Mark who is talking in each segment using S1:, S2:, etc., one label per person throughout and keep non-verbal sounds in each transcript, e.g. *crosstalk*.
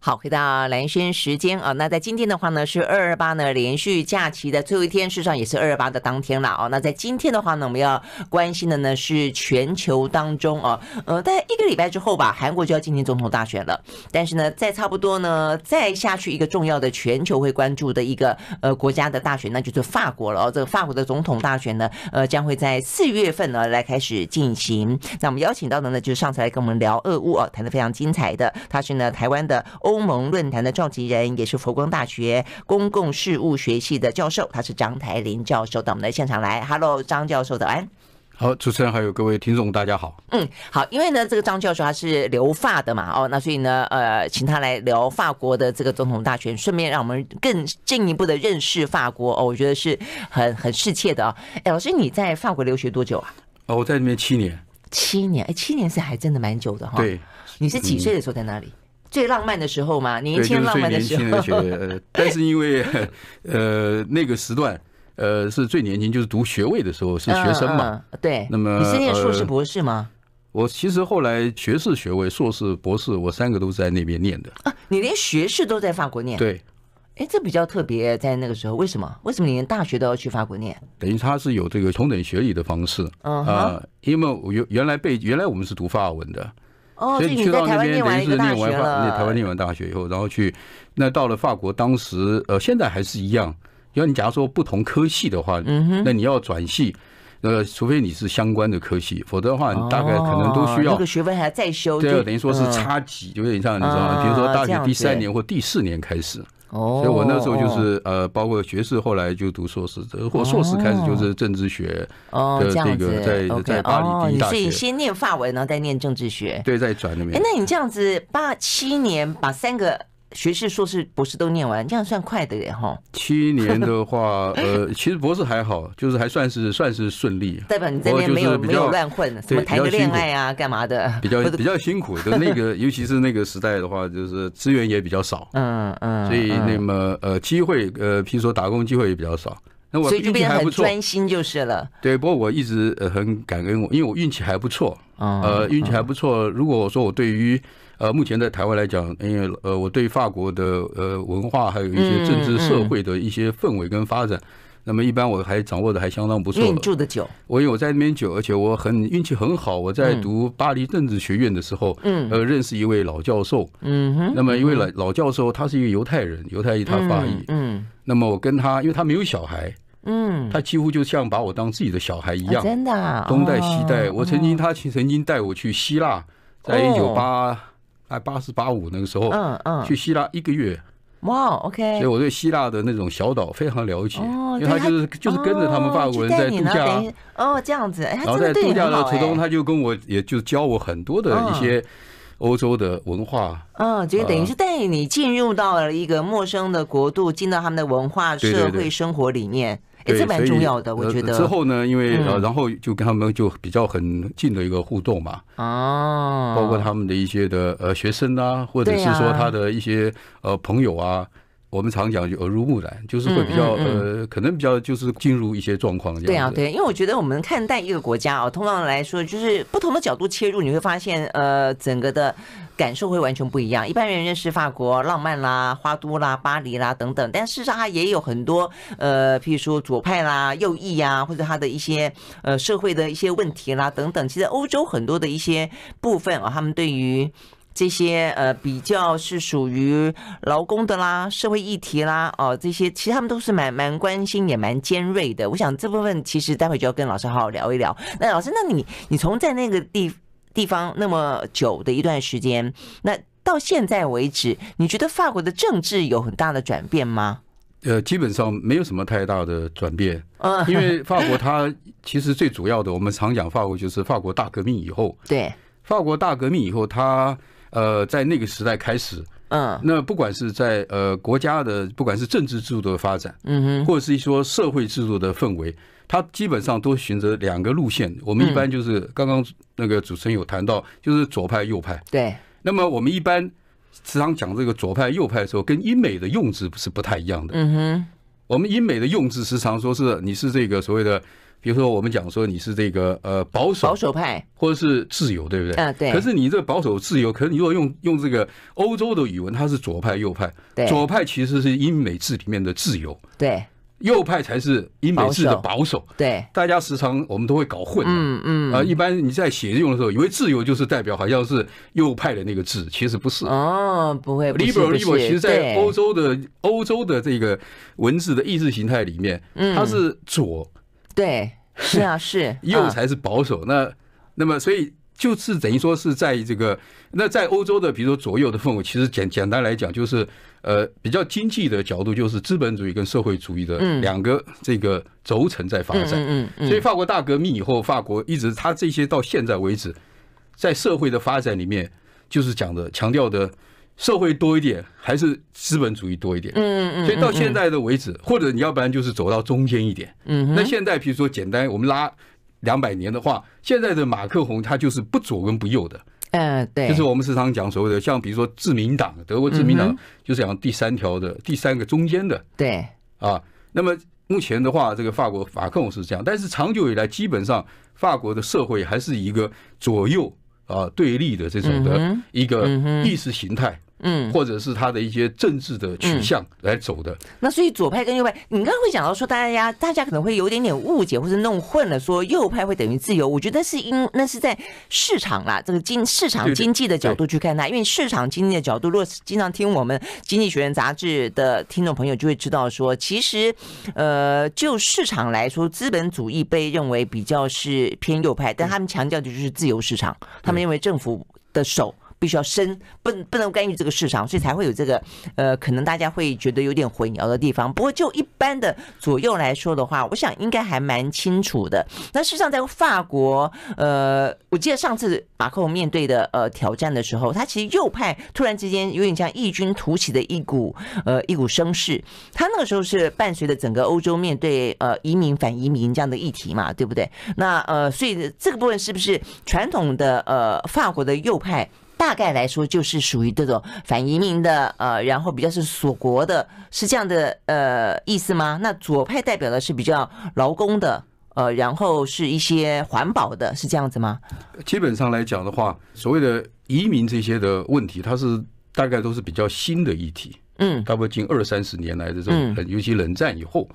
S1: 好，回到蓝轩时间啊、哦，那在今天的话呢，是二二八呢连续假期的最后一天，事实上也是二二八的当天啦哦。那在今天的话呢，我们要关心的呢是全球当中哦，呃，大概一个礼拜之后吧，韩国就要进行总统大选了。但是呢，再差不多呢，再下去一个重要的全球会关注的一个呃国家的大选，那就是法国了哦。这个法国的总统大选呢，呃，将会在四月份呢来开始进行。那我们邀请到的呢，就是上次来跟我们聊俄乌哦，谈的非常精彩的，他是呢台湾的欧。欧盟论坛的召集人，也是佛光大学公共事务学系的教授，他是张台林教授到我们的现场来。Hello，张教授，早哎安。
S2: 好，主持人还有各位听众，大家好。
S1: 嗯，好，因为呢，这个张教授他是留法的嘛，哦，那所以呢，呃，请他来聊法国的这个总统大选，顺便让我们更进一步的认识法国哦，我觉得是很很适切的啊、哦。哎，老师，你在法国留学多久啊？
S2: 哦，我在那边七年。
S1: 七年，哎，七年是还真的蛮久的哈、
S2: 哦。对，
S1: 你是几岁的时候在那里？嗯最浪漫的时候嘛，年轻浪漫的时候。
S2: 对，就是最年轻的
S1: *laughs*
S2: 学，呃，但是因为呃那个时段，呃是最年轻，就是读学位的时候是学生
S1: 嗯
S2: 嘛。
S1: 嗯、对。
S2: 那么
S1: 你是念硕士博士吗、
S2: 呃？我其实后来学士学位、硕士、博士，我三个都是在那边念的。
S1: 啊，你连学士都在法国念？
S2: 呃对。
S1: 哎，这比较特别，在那个时候，为什么？为什么你连大学都要去法国念？
S2: 等于他是有这个同等学历的方式。
S1: 嗯啊，
S2: 因为我原原来被原来我们是读法文的。
S1: 哦，
S2: 所以你去到那边，
S1: 等
S2: 于是念完
S1: 法，
S2: 台湾念完大学以后，然后去，那到了法国，当时呃，现在还是一样。要你假如说不同科系的话，
S1: 嗯
S2: 那你要转系，呃，除非你是相关的科系，否则的话，你大概可能都需
S1: 哦
S2: 要
S1: 那个学分还在修。
S2: 对，啊等于说
S1: 嗯
S2: 是差级，有点像你知道
S1: 啊
S2: 吗？比如说大学第三年或第四年开始。
S1: 哦，
S2: 所以我那时候就是呃，包括学士，后来就读硕士，呃或硕士开始就是政治学
S1: 哦，
S2: 的这个在在巴黎第一大
S1: 学，所以哦先念法文，然后再念政治学，
S2: 对，再转那边。
S1: 哎，那你这样子八七年把三个学士、硕士、博士都念完，这样算快的耶哈。
S2: 七年的话，呃，其实博士还好，就是还算是算是顺利。
S1: 代表你这边没有没有乱混，什么谈个恋爱啊，干嘛的？
S2: 比较比较辛苦的那
S1: *laughs*
S2: 个，尤其是那个时代的话，就是资源也比较少。
S1: 嗯嗯，
S2: 所以那么呃，机会呃，譬如说打工机会也比较少。那我
S1: 所以就变得
S2: 很
S1: 专心就是了。
S2: 对，不过我一直呃很感恩我，因为我运气还不错。
S1: 嗯
S2: 呃，运气还不错。如果我说我对于呃目前在台湾来讲，因为呃我对法国的呃文化还有一些政
S1: 嗯
S2: 治社会的一些氛围跟发展。那么一般我还掌握的还相当不错。
S1: 你住的久，
S2: 我因为我在那边久，而且我很运气很好。我在读巴黎政治学院的时候，
S1: 嗯，
S2: 呃，认识一位老教授，
S1: 嗯哼。
S2: 那么一位老老教授，他是一个犹太人，犹太裔他法裔，
S1: 嗯。
S2: 那么我跟他，因为他没有小孩，
S1: 嗯，啊
S2: 他几乎就像把我当自己的小孩一样，
S1: 真的，哦
S2: 东带西带。我曾经他曾经带我去希腊，在一九八哎八四八五那个时候，
S1: 嗯嗯，
S2: 去希腊一个月。
S1: 哇、wow,，OK，
S2: 所以我对希腊的那种小岛非常了解，哦、因为他就是就是跟着他
S1: 哦
S2: 们法国人在度假、
S1: 啊哦，哦这样子，哎、欸，
S2: 然后在度假的途中，
S1: 欸、
S2: 他就跟我也就教我很多的一些欧洲的文化，
S1: 嗯，就
S2: 啊
S1: 等于是带你进入到了一个陌生的国度，进到他们的文化、
S2: 对
S1: 对对社会、生活里面。哎，这蛮重要的，我觉得。嗯
S2: 呃之后呢，因为呃，然后就跟他们就比较很近的一个互动嘛。
S1: 哦。
S2: 包括他们的一些的呃学生啊，或者是说他的一些呃朋友啊，我们常讲就耳濡目染，就是会比较呃，可能比较就是进入一些状况。
S1: 嗯对啊，对，因为我觉得我们看待一个国家啊，通常来说就是不同的角度切入，你会发现呃，整个的。感受会完全不一样。一般人认识法国浪漫啦、花都啦、巴黎啦等等，但事实上它也有很多呃，譬如说左派啦、右翼啊，或者它的一些呃社会的一些问题啦等等。其实欧洲很多的一些部分啊，他们对于这些呃比较是属于劳工的啦、社会议题啦哦、呃、这些，其实他们都是蛮蛮关心也蛮尖锐的。我想这部分其实待会就要跟老师好好聊一聊。那老师，那你你从在那个地。地方那么久的一段时间，那到现在为止，你觉得法国的政治有很大的转变吗？
S2: 呃，基本上没有什么太大的转
S1: *laughs*
S2: 变，因为法国它其实最主要的，我们常讲法国就是法国大革命以后，
S1: 对，
S2: 法国大革命以后，它呃在那个时代开始。
S1: 嗯，
S2: 那不管是在呃国家的，不管是政治制度的发展，
S1: 嗯哼，
S2: 或者是说社会制度的氛围，它基本上都循着两个路线。我
S1: 嗯
S2: 们一般就是刚刚那个主持人有谈到，就是左派右派。
S1: 对。
S2: 那么我们一般时常讲这个左派右派的时候，跟英美的用字是不太一样的。
S1: 嗯哼。
S2: 我们英美的用字时常说是你是这个所谓的，比如说我们讲说你是这个呃保守
S1: 保守派，
S2: 或者是自由，对不对？
S1: 嗯对
S2: 可是你这个保守自由，可是你如果用用这个欧洲的语文，它是左派右派
S1: 对，
S2: 左派其实是英美字里面的自由，
S1: 对
S2: 右派才是英美字的保守。
S1: 对，
S2: 大家时常我们都会搞混，
S1: 嗯嗯，
S2: 啊，一般你在写用的时候，以为自由就是代表好像是右派的那个字，其实不是。
S1: 哦，不会不是
S2: liberal
S1: 不
S2: liberal 其
S1: 是，
S2: 实，在
S1: 对，
S2: 欧洲的欧洲的这个文字的意识形态里面，
S1: 嗯
S2: 它是左
S1: 对，是啊
S2: *laughs*
S1: 是，
S2: 右
S1: 嗯
S2: 才是保守。那那么所以就是等于说是在这个那在欧洲的，比如说左右的氛围，其实简简单来讲就是呃比较经济的角度，就是资本主义跟社会主义的两个这个轴承在发
S1: 嗯
S2: 展。
S1: 嗯嗯
S2: 所以法国大革命以后，法国一直它这些到现在为止，在社会的发展里面，就是讲的强调的社会多一点，还是资本主义多一点。
S1: 嗯嗯
S2: 所以到现在的为止，或者你要不然就是走到中间一点。
S1: 嗯
S2: 那现在比如说简单，我们拉两百年的话，现在的马克宏他就是不左跟不右的，
S1: 嗯，对，
S2: 就是我们时常讲所谓的像比如说自民党，德国自民
S1: 嗯
S2: 党就是讲第三条的第三个中间的。
S1: 对
S2: 啊。那么目前的话，这个法国法控是这样，但是长久以来，基本上法国的社会还是一个左右啊对立的这种的一个意识形态，
S1: 嗯，
S2: 或者是它的一些政治的取向来走的。
S1: 那所以左派跟右派，你刚刚会讲到说，大家大家可能会有一点点误解或者弄混了，说右派会等于自由。我觉得是因那是在市场啦，这个经市场
S2: 对对
S1: 经济的角度去看待，因为市场经济的角度，如果是经常听我们《经济学人》杂志的听众朋友就会知道说，其实呃，就市场来说，资本主义被认为比较是偏右
S2: 嗯
S1: 派，但他们强调的就是自由市场，他们认为政府的手。必须要深，不不能干预这个市场，所以才会有这个呃，可能大家会觉得有点混淆的地方。不过就一般的左右来说的话，我想应该还蛮清楚的。那事实上，在法国，呃，我记得上次马克龙面对的呃挑战的时候，他其实右派突然之间有点像异军突起的一股呃一股声势。他那个时候是伴随着整个欧洲面对呃移民反移民这样的议题嘛，对不对？那呃，所以这个部分是不是传统的呃法国的右派？大概来说，就是属于这种反移民的，呃，然后比较是锁国的，是这样的呃意思吗？那左派代表的是比较劳工的，呃，然后是一些环保的，是这样子吗？
S2: 基本上来讲的话，所谓的移民这些的问题，它是大概都是比较新的议题。
S1: 嗯
S2: 差不多近二三十年来的这
S1: 嗯
S2: 种，呃尤其冷战以后，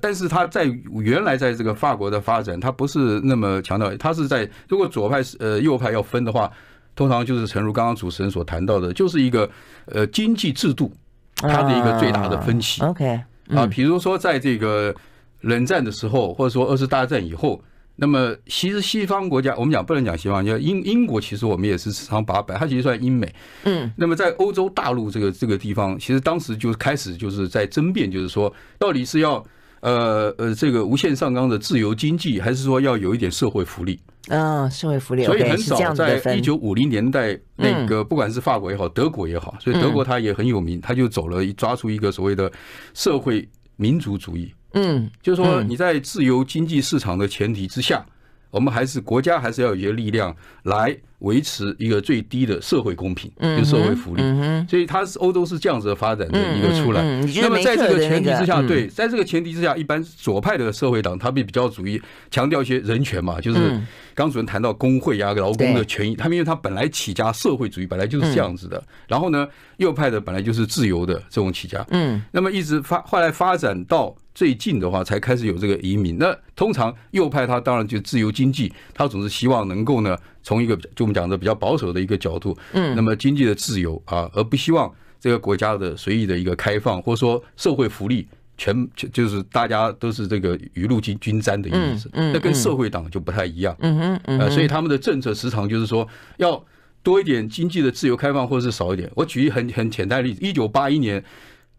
S2: 但是它在原来在这个法国的发展，它不是那么强调，它是在如果左派是呃右派要分的话，通常就是诚如刚刚主持人所谈到的，就是一个呃经济制度它的一个最大的分歧
S1: 啊呃 OK，
S2: 啊，比如说在这个冷战的时候，或者说二次大战以后。那么，其实西方国家，我们讲不能讲西方，叫英英国，其实我们也是时常把它摆，它其实算英美，
S1: 嗯
S2: 那么在欧洲大陆这个这个地方，其实当时就开始就是在争辩，就是说到底是要呃呃这个无限上纲的自由经济，还是说要有一点社会福利？
S1: 嗯，社会福利，
S2: 所以
S1: OK，
S2: 很
S1: 是这
S2: 早
S1: 样子的
S2: 在
S1: 分嗯
S2: 一，九五零年代，那个不管是法国也好，德国也好，所以德国它也很有名，它就走了一抓出一个所谓的社会民族主义，
S1: 嗯
S2: 就是说你在自由经济市场的前提之下。我们还是国家还是要有一些力量来维持一个最低的社会公平，就是社会福利。
S1: 嗯哼，
S2: 所以它是欧洲是这样子的发展的一个出来。
S1: 嗯嗯嗯你觉得
S2: 那么在这
S1: 梅克尔的
S2: 前提之
S1: 那
S2: 下，
S1: 个嗯
S2: 对，在这个前提之下，一般左派的社会党他们比较主义强调一些人权嘛，就是
S1: 嗯
S2: 刚主任谈到工会啊、劳工
S1: 对
S2: 的权益，他们因为他本来起家社会主义本来就是这样子的，然后呢，右派的本来就是自由的这种起家，
S1: 嗯
S2: 那么一直发后来发展到最近的话，才开始有这个移民。那通常右派他当然就自由经济，他总是希望能够呢，从一个就我们讲的比较保守的一个角度，嗯，那么经济的自由啊，而不希望这个国家的随意的一个开放，或者说社会福利。全就就是大家都是这个雨露均均沾的意思，
S1: 嗯嗯
S2: 那跟社会党就不太一样。
S1: 嗯哼嗯
S2: 呃，所以他们的政策时常就是说要多一点经济的自由开放，或者是少一点。我举一很很简单的例子：一九八一年，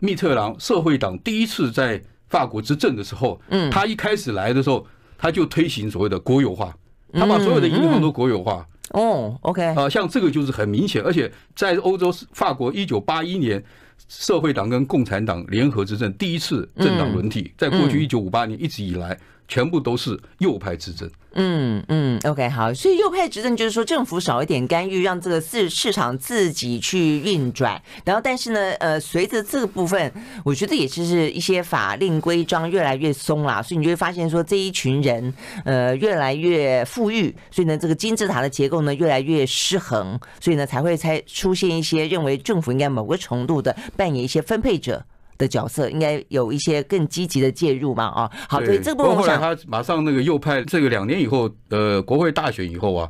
S2: 密特朗社会党第一次在法国执政的时候，嗯，他一开始来的时候，他就推行所谓的国有化，他把所有
S1: 嗯
S2: 的银行都国有化。
S1: 哦，OK，
S2: 啊，像这个就是很明显，而且在欧洲，法国一九八一年，
S1: 嗯
S2: 社会党跟共产党联合执政，第一次政党轮替，在过去一九五八年一直以来，全部都是右派执政。
S1: 嗯嗯，OK，好，所以右派执政就是说政府少一点干预，让这个市市场自己去运转。然后，但是呢，呃，随着这个部分，我觉得也就是一些法令规章越来越松啦，所以你就会发现说这一群人，呃，越来越富裕，所以呢，这个金字塔的结构呢越来越失衡，所以呢才会才出现一些认为政府应该某个程度的扮演一些分配者。的角色应该有一些更积极的介入嘛？啊，好，所以这部分
S2: 后
S1: 我
S2: 来
S1: 想，
S2: 他马上那个右派，这个两年以后，呃，国会大选以后啊，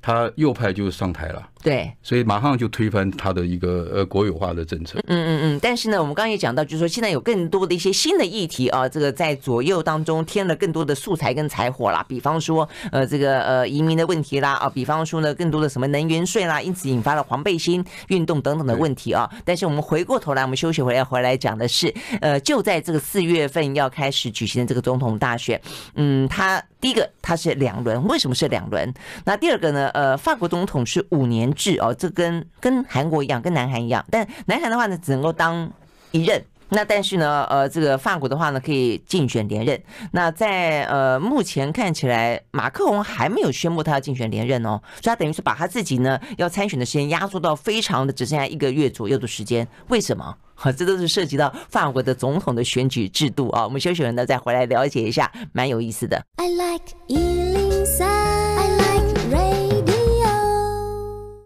S2: 他右派就上台了，
S1: 对，
S2: 所以马上就推翻他的一个呃国有化的政策。
S1: 嗯嗯嗯，但是呢，我们刚刚也讲到，就是说现在有更多的一些新的议题啊，这个在左右当中添了更多的素材跟柴火啦，比方说呃这个呃移民的问题啦啊，比方说呢更多的什么能源税啦，因此引发了黄背心运动等等的问题啊。但是我们回过头来，我们休息回来回来讲的是，呃，就在这个四月份要开始举行的这个总统大选，嗯，它第一个它是两轮，为什么是两轮？那第二个呢？呃，法国总统是五年制哦，这跟跟韩国一样，跟南韩一样，但南韩的话呢，只能够当一任。那但是呢，呃，这个法国的话呢，可以竞选连任。那在呃目前看起来，马克龙还没有宣布他要竞选连任哦，所以他等于是把他自己呢要参选的时间压缩到非常的只剩下一个月左右的时间。为什么？ *laughs* 好，这都是涉及到法国的总统的选举制度啊。我们休息完呢，再回来了解一下，蛮有意思的。
S3: I like Ealing Sound. I like radio.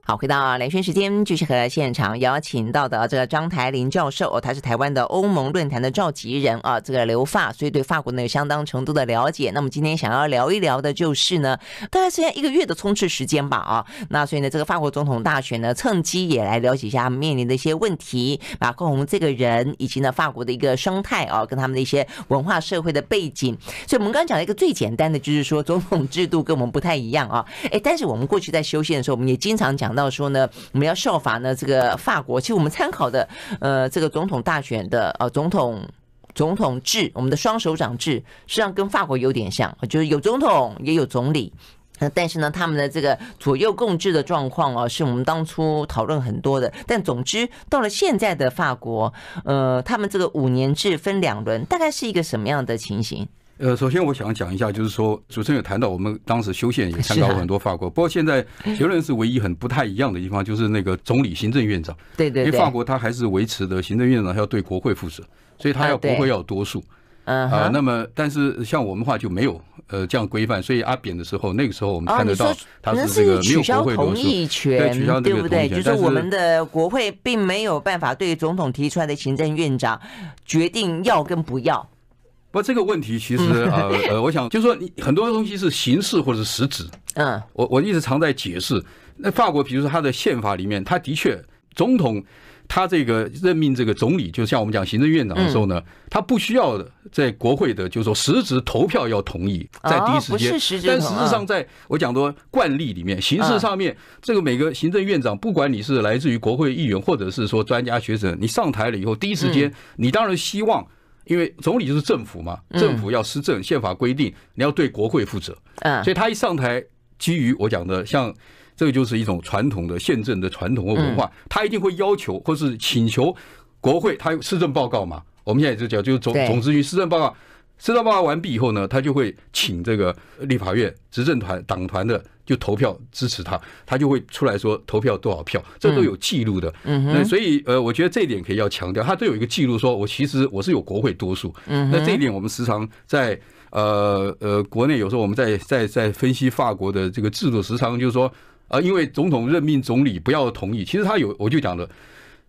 S1: 好，回到连线时间，继续和现场邀请到的这个张台林教授哦，他是台湾的欧盟论坛的召集人啊，这个留法，所以对法国呢有相当程度的了解。那么今天想要聊一聊的就是呢，大概剩下一个月的冲刺时间吧啊，那所以呢，这个法国总统大选呢，趁机也来了解一下他们面临的一些问题，啊马克宏这个人以及呢法国的一个生态啊，跟他们的一些文化社会的背景。所以我们刚刚讲了一个最简单的，就是说总统制度跟我们不太一样啊。哎，但是我们过去在修宪的时候，我们也经常讲到说呢，我们要效法呢这个法国，其实我们参考的呃这个总统大选的呃总统。总统制，我们的双手掌制，实际上跟法国有点像，就是有总统也有总理，那但是呢，他们的这个左右共治的状况哦，是我们当初讨论很多的。但总之，到了现在的法国，呃，他们这个五年制分两轮，大概是一个什么样的情形？
S2: 呃，首先我想讲一下，就是说主持人有谈到，我们当时修宪也参考
S1: 是啊
S2: 很多法国，不过现在结论是唯一很不太一样的地方，就是那个总理行政院长，
S1: 对对
S2: 因为
S1: 对，
S2: 法国他还是维持的行政院长要对国会负责，所以他
S1: 啊
S2: 要国
S1: 对
S2: 会要有多数。
S1: 嗯
S2: 啊、
S1: 哼，
S2: 那么但是像我们话就没有呃这样规范，所以阿扁的时候，那个时候我们
S1: 哦，
S2: 看
S1: 你
S2: 得
S1: 说
S2: 到他
S1: 那
S2: 这个没
S1: 取
S2: 有
S1: 消
S2: 国会多
S1: 同
S2: 数。
S1: 意
S2: 对
S1: 权
S2: 取，消这个
S1: 对不对？
S2: 同意权
S1: 就是
S2: 但是
S1: 我们的国会并没有办法对总统提出来的行政院长决定要跟不要。
S2: 不过这个问题其实
S1: 嗯
S2: 呃呃，我想就是说你很多东西是形式或者是实质，
S1: 嗯，
S2: 我我一直常在解释，那法国比如说它的宪法里面，它的确总统他这个任命这个总理，就像我们讲行政院长的时候
S1: 嗯
S2: 呢，他不需要在国会的，就是说实质投票要同意，
S1: 哦
S2: 在第一时
S1: 不
S2: 间。
S1: 是实质嗯
S2: 但
S1: 同
S2: 实
S1: 啊
S2: 质上在，我讲的惯例里面，形式上面，这个每个行政院长，不管你是来自于国会议员，或者是说专家学者，你上台了以后，第一时
S1: 嗯
S2: 间，你当然希望。因为总理就是政府嘛，政府要施政，宪法规定你要对国会负责，
S1: 嗯
S2: 所以他一上台，基于我讲的，像这个就是一种传统的宪政的传统和文
S1: 嗯
S2: 化，他一定会要求或是请求国会，他有施政报告嘛，我们现在就讲就是总
S1: 对
S2: 总之于施政报告。施政报告完毕以后呢，他就会请这个立法院执政团党团的就投票支持他，他就会出来说投票多少票，这都有记录的。
S1: 嗯
S2: 那所以呃，我觉得这一点可以要强调，他都有一个记录，说我其实我是有国会多数。
S1: 嗯
S2: 那这一点我们时常在呃呃国内有时候我们在在在分析法国的这个制度，时常就是说呃，因为总统任命总理不要同意，其实他有我就讲了。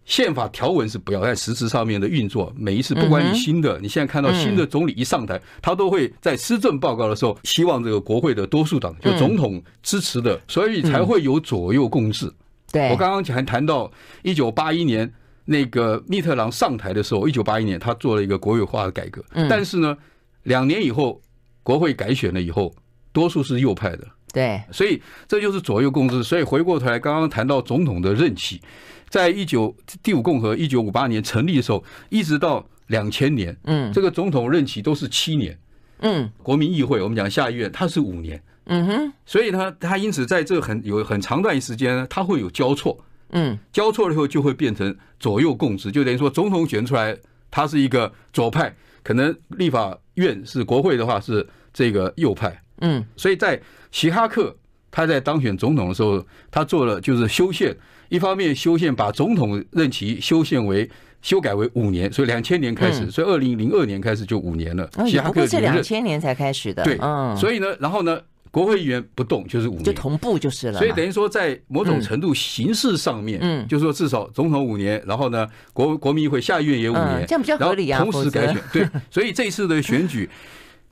S2: 宪法条文是不要，在实质上面的运作，每一次不管
S1: 嗯哼
S2: 你新的，你现在看到新的总理一上台，他都会在施政报告的时候，希望这个国会的多数党就总统支持的，所以才会有左右共治。
S1: 对，
S2: 我刚刚还谈到一九八一年那个密特朗上台的时候，一九八一年他做了一个国有化的改革，
S1: 嗯
S2: 但是呢，两年以后国会改选了以后，多数是右派的，
S1: 对，
S2: 所以这就是左右共治。所以回过头来，刚刚谈到总统的任期，在一九第五共和一九五八年成立的时候，一直到两千年，
S1: 嗯
S2: 这个总统任期都是七年。
S1: 嗯
S2: 国民议会，我们讲下议院，它是五年，
S1: 嗯哼
S2: 所以呢，它因此在这个很有很长段时间呢，它会有交错。
S1: 嗯
S2: 交错了以后就会变成左右共治，就等于说总统选出来他是一个左派，可能立法院是国会的话是这个右派，
S1: 嗯
S2: 所以在希哈克他在当选总统的时候，他做了就是修宪，一方面修宪把总统任期修宪为修改为五年，所以两千年开始，
S1: 嗯
S2: 所以二零零二年开始就五年了。
S1: 哦
S2: 希
S1: 也
S2: 哈
S1: 不
S2: 克
S1: 过是
S2: 连
S1: 两
S2: 任
S1: 千年才开始的，
S2: 对，
S1: 嗯，以
S2: 所以呢，然后呢，国会议员不动就是五
S1: 就
S2: 年。
S1: 同步就是了嘛，
S2: 所以等于说，在某种程度形式上面，
S1: 嗯
S2: 就是说至少总统五年，然后呢，国国民议会下议院也五年，
S1: 嗯这样比较合理啊
S2: 然后同时
S1: 否则
S2: 改选，对， *laughs* 所以这一次的选举，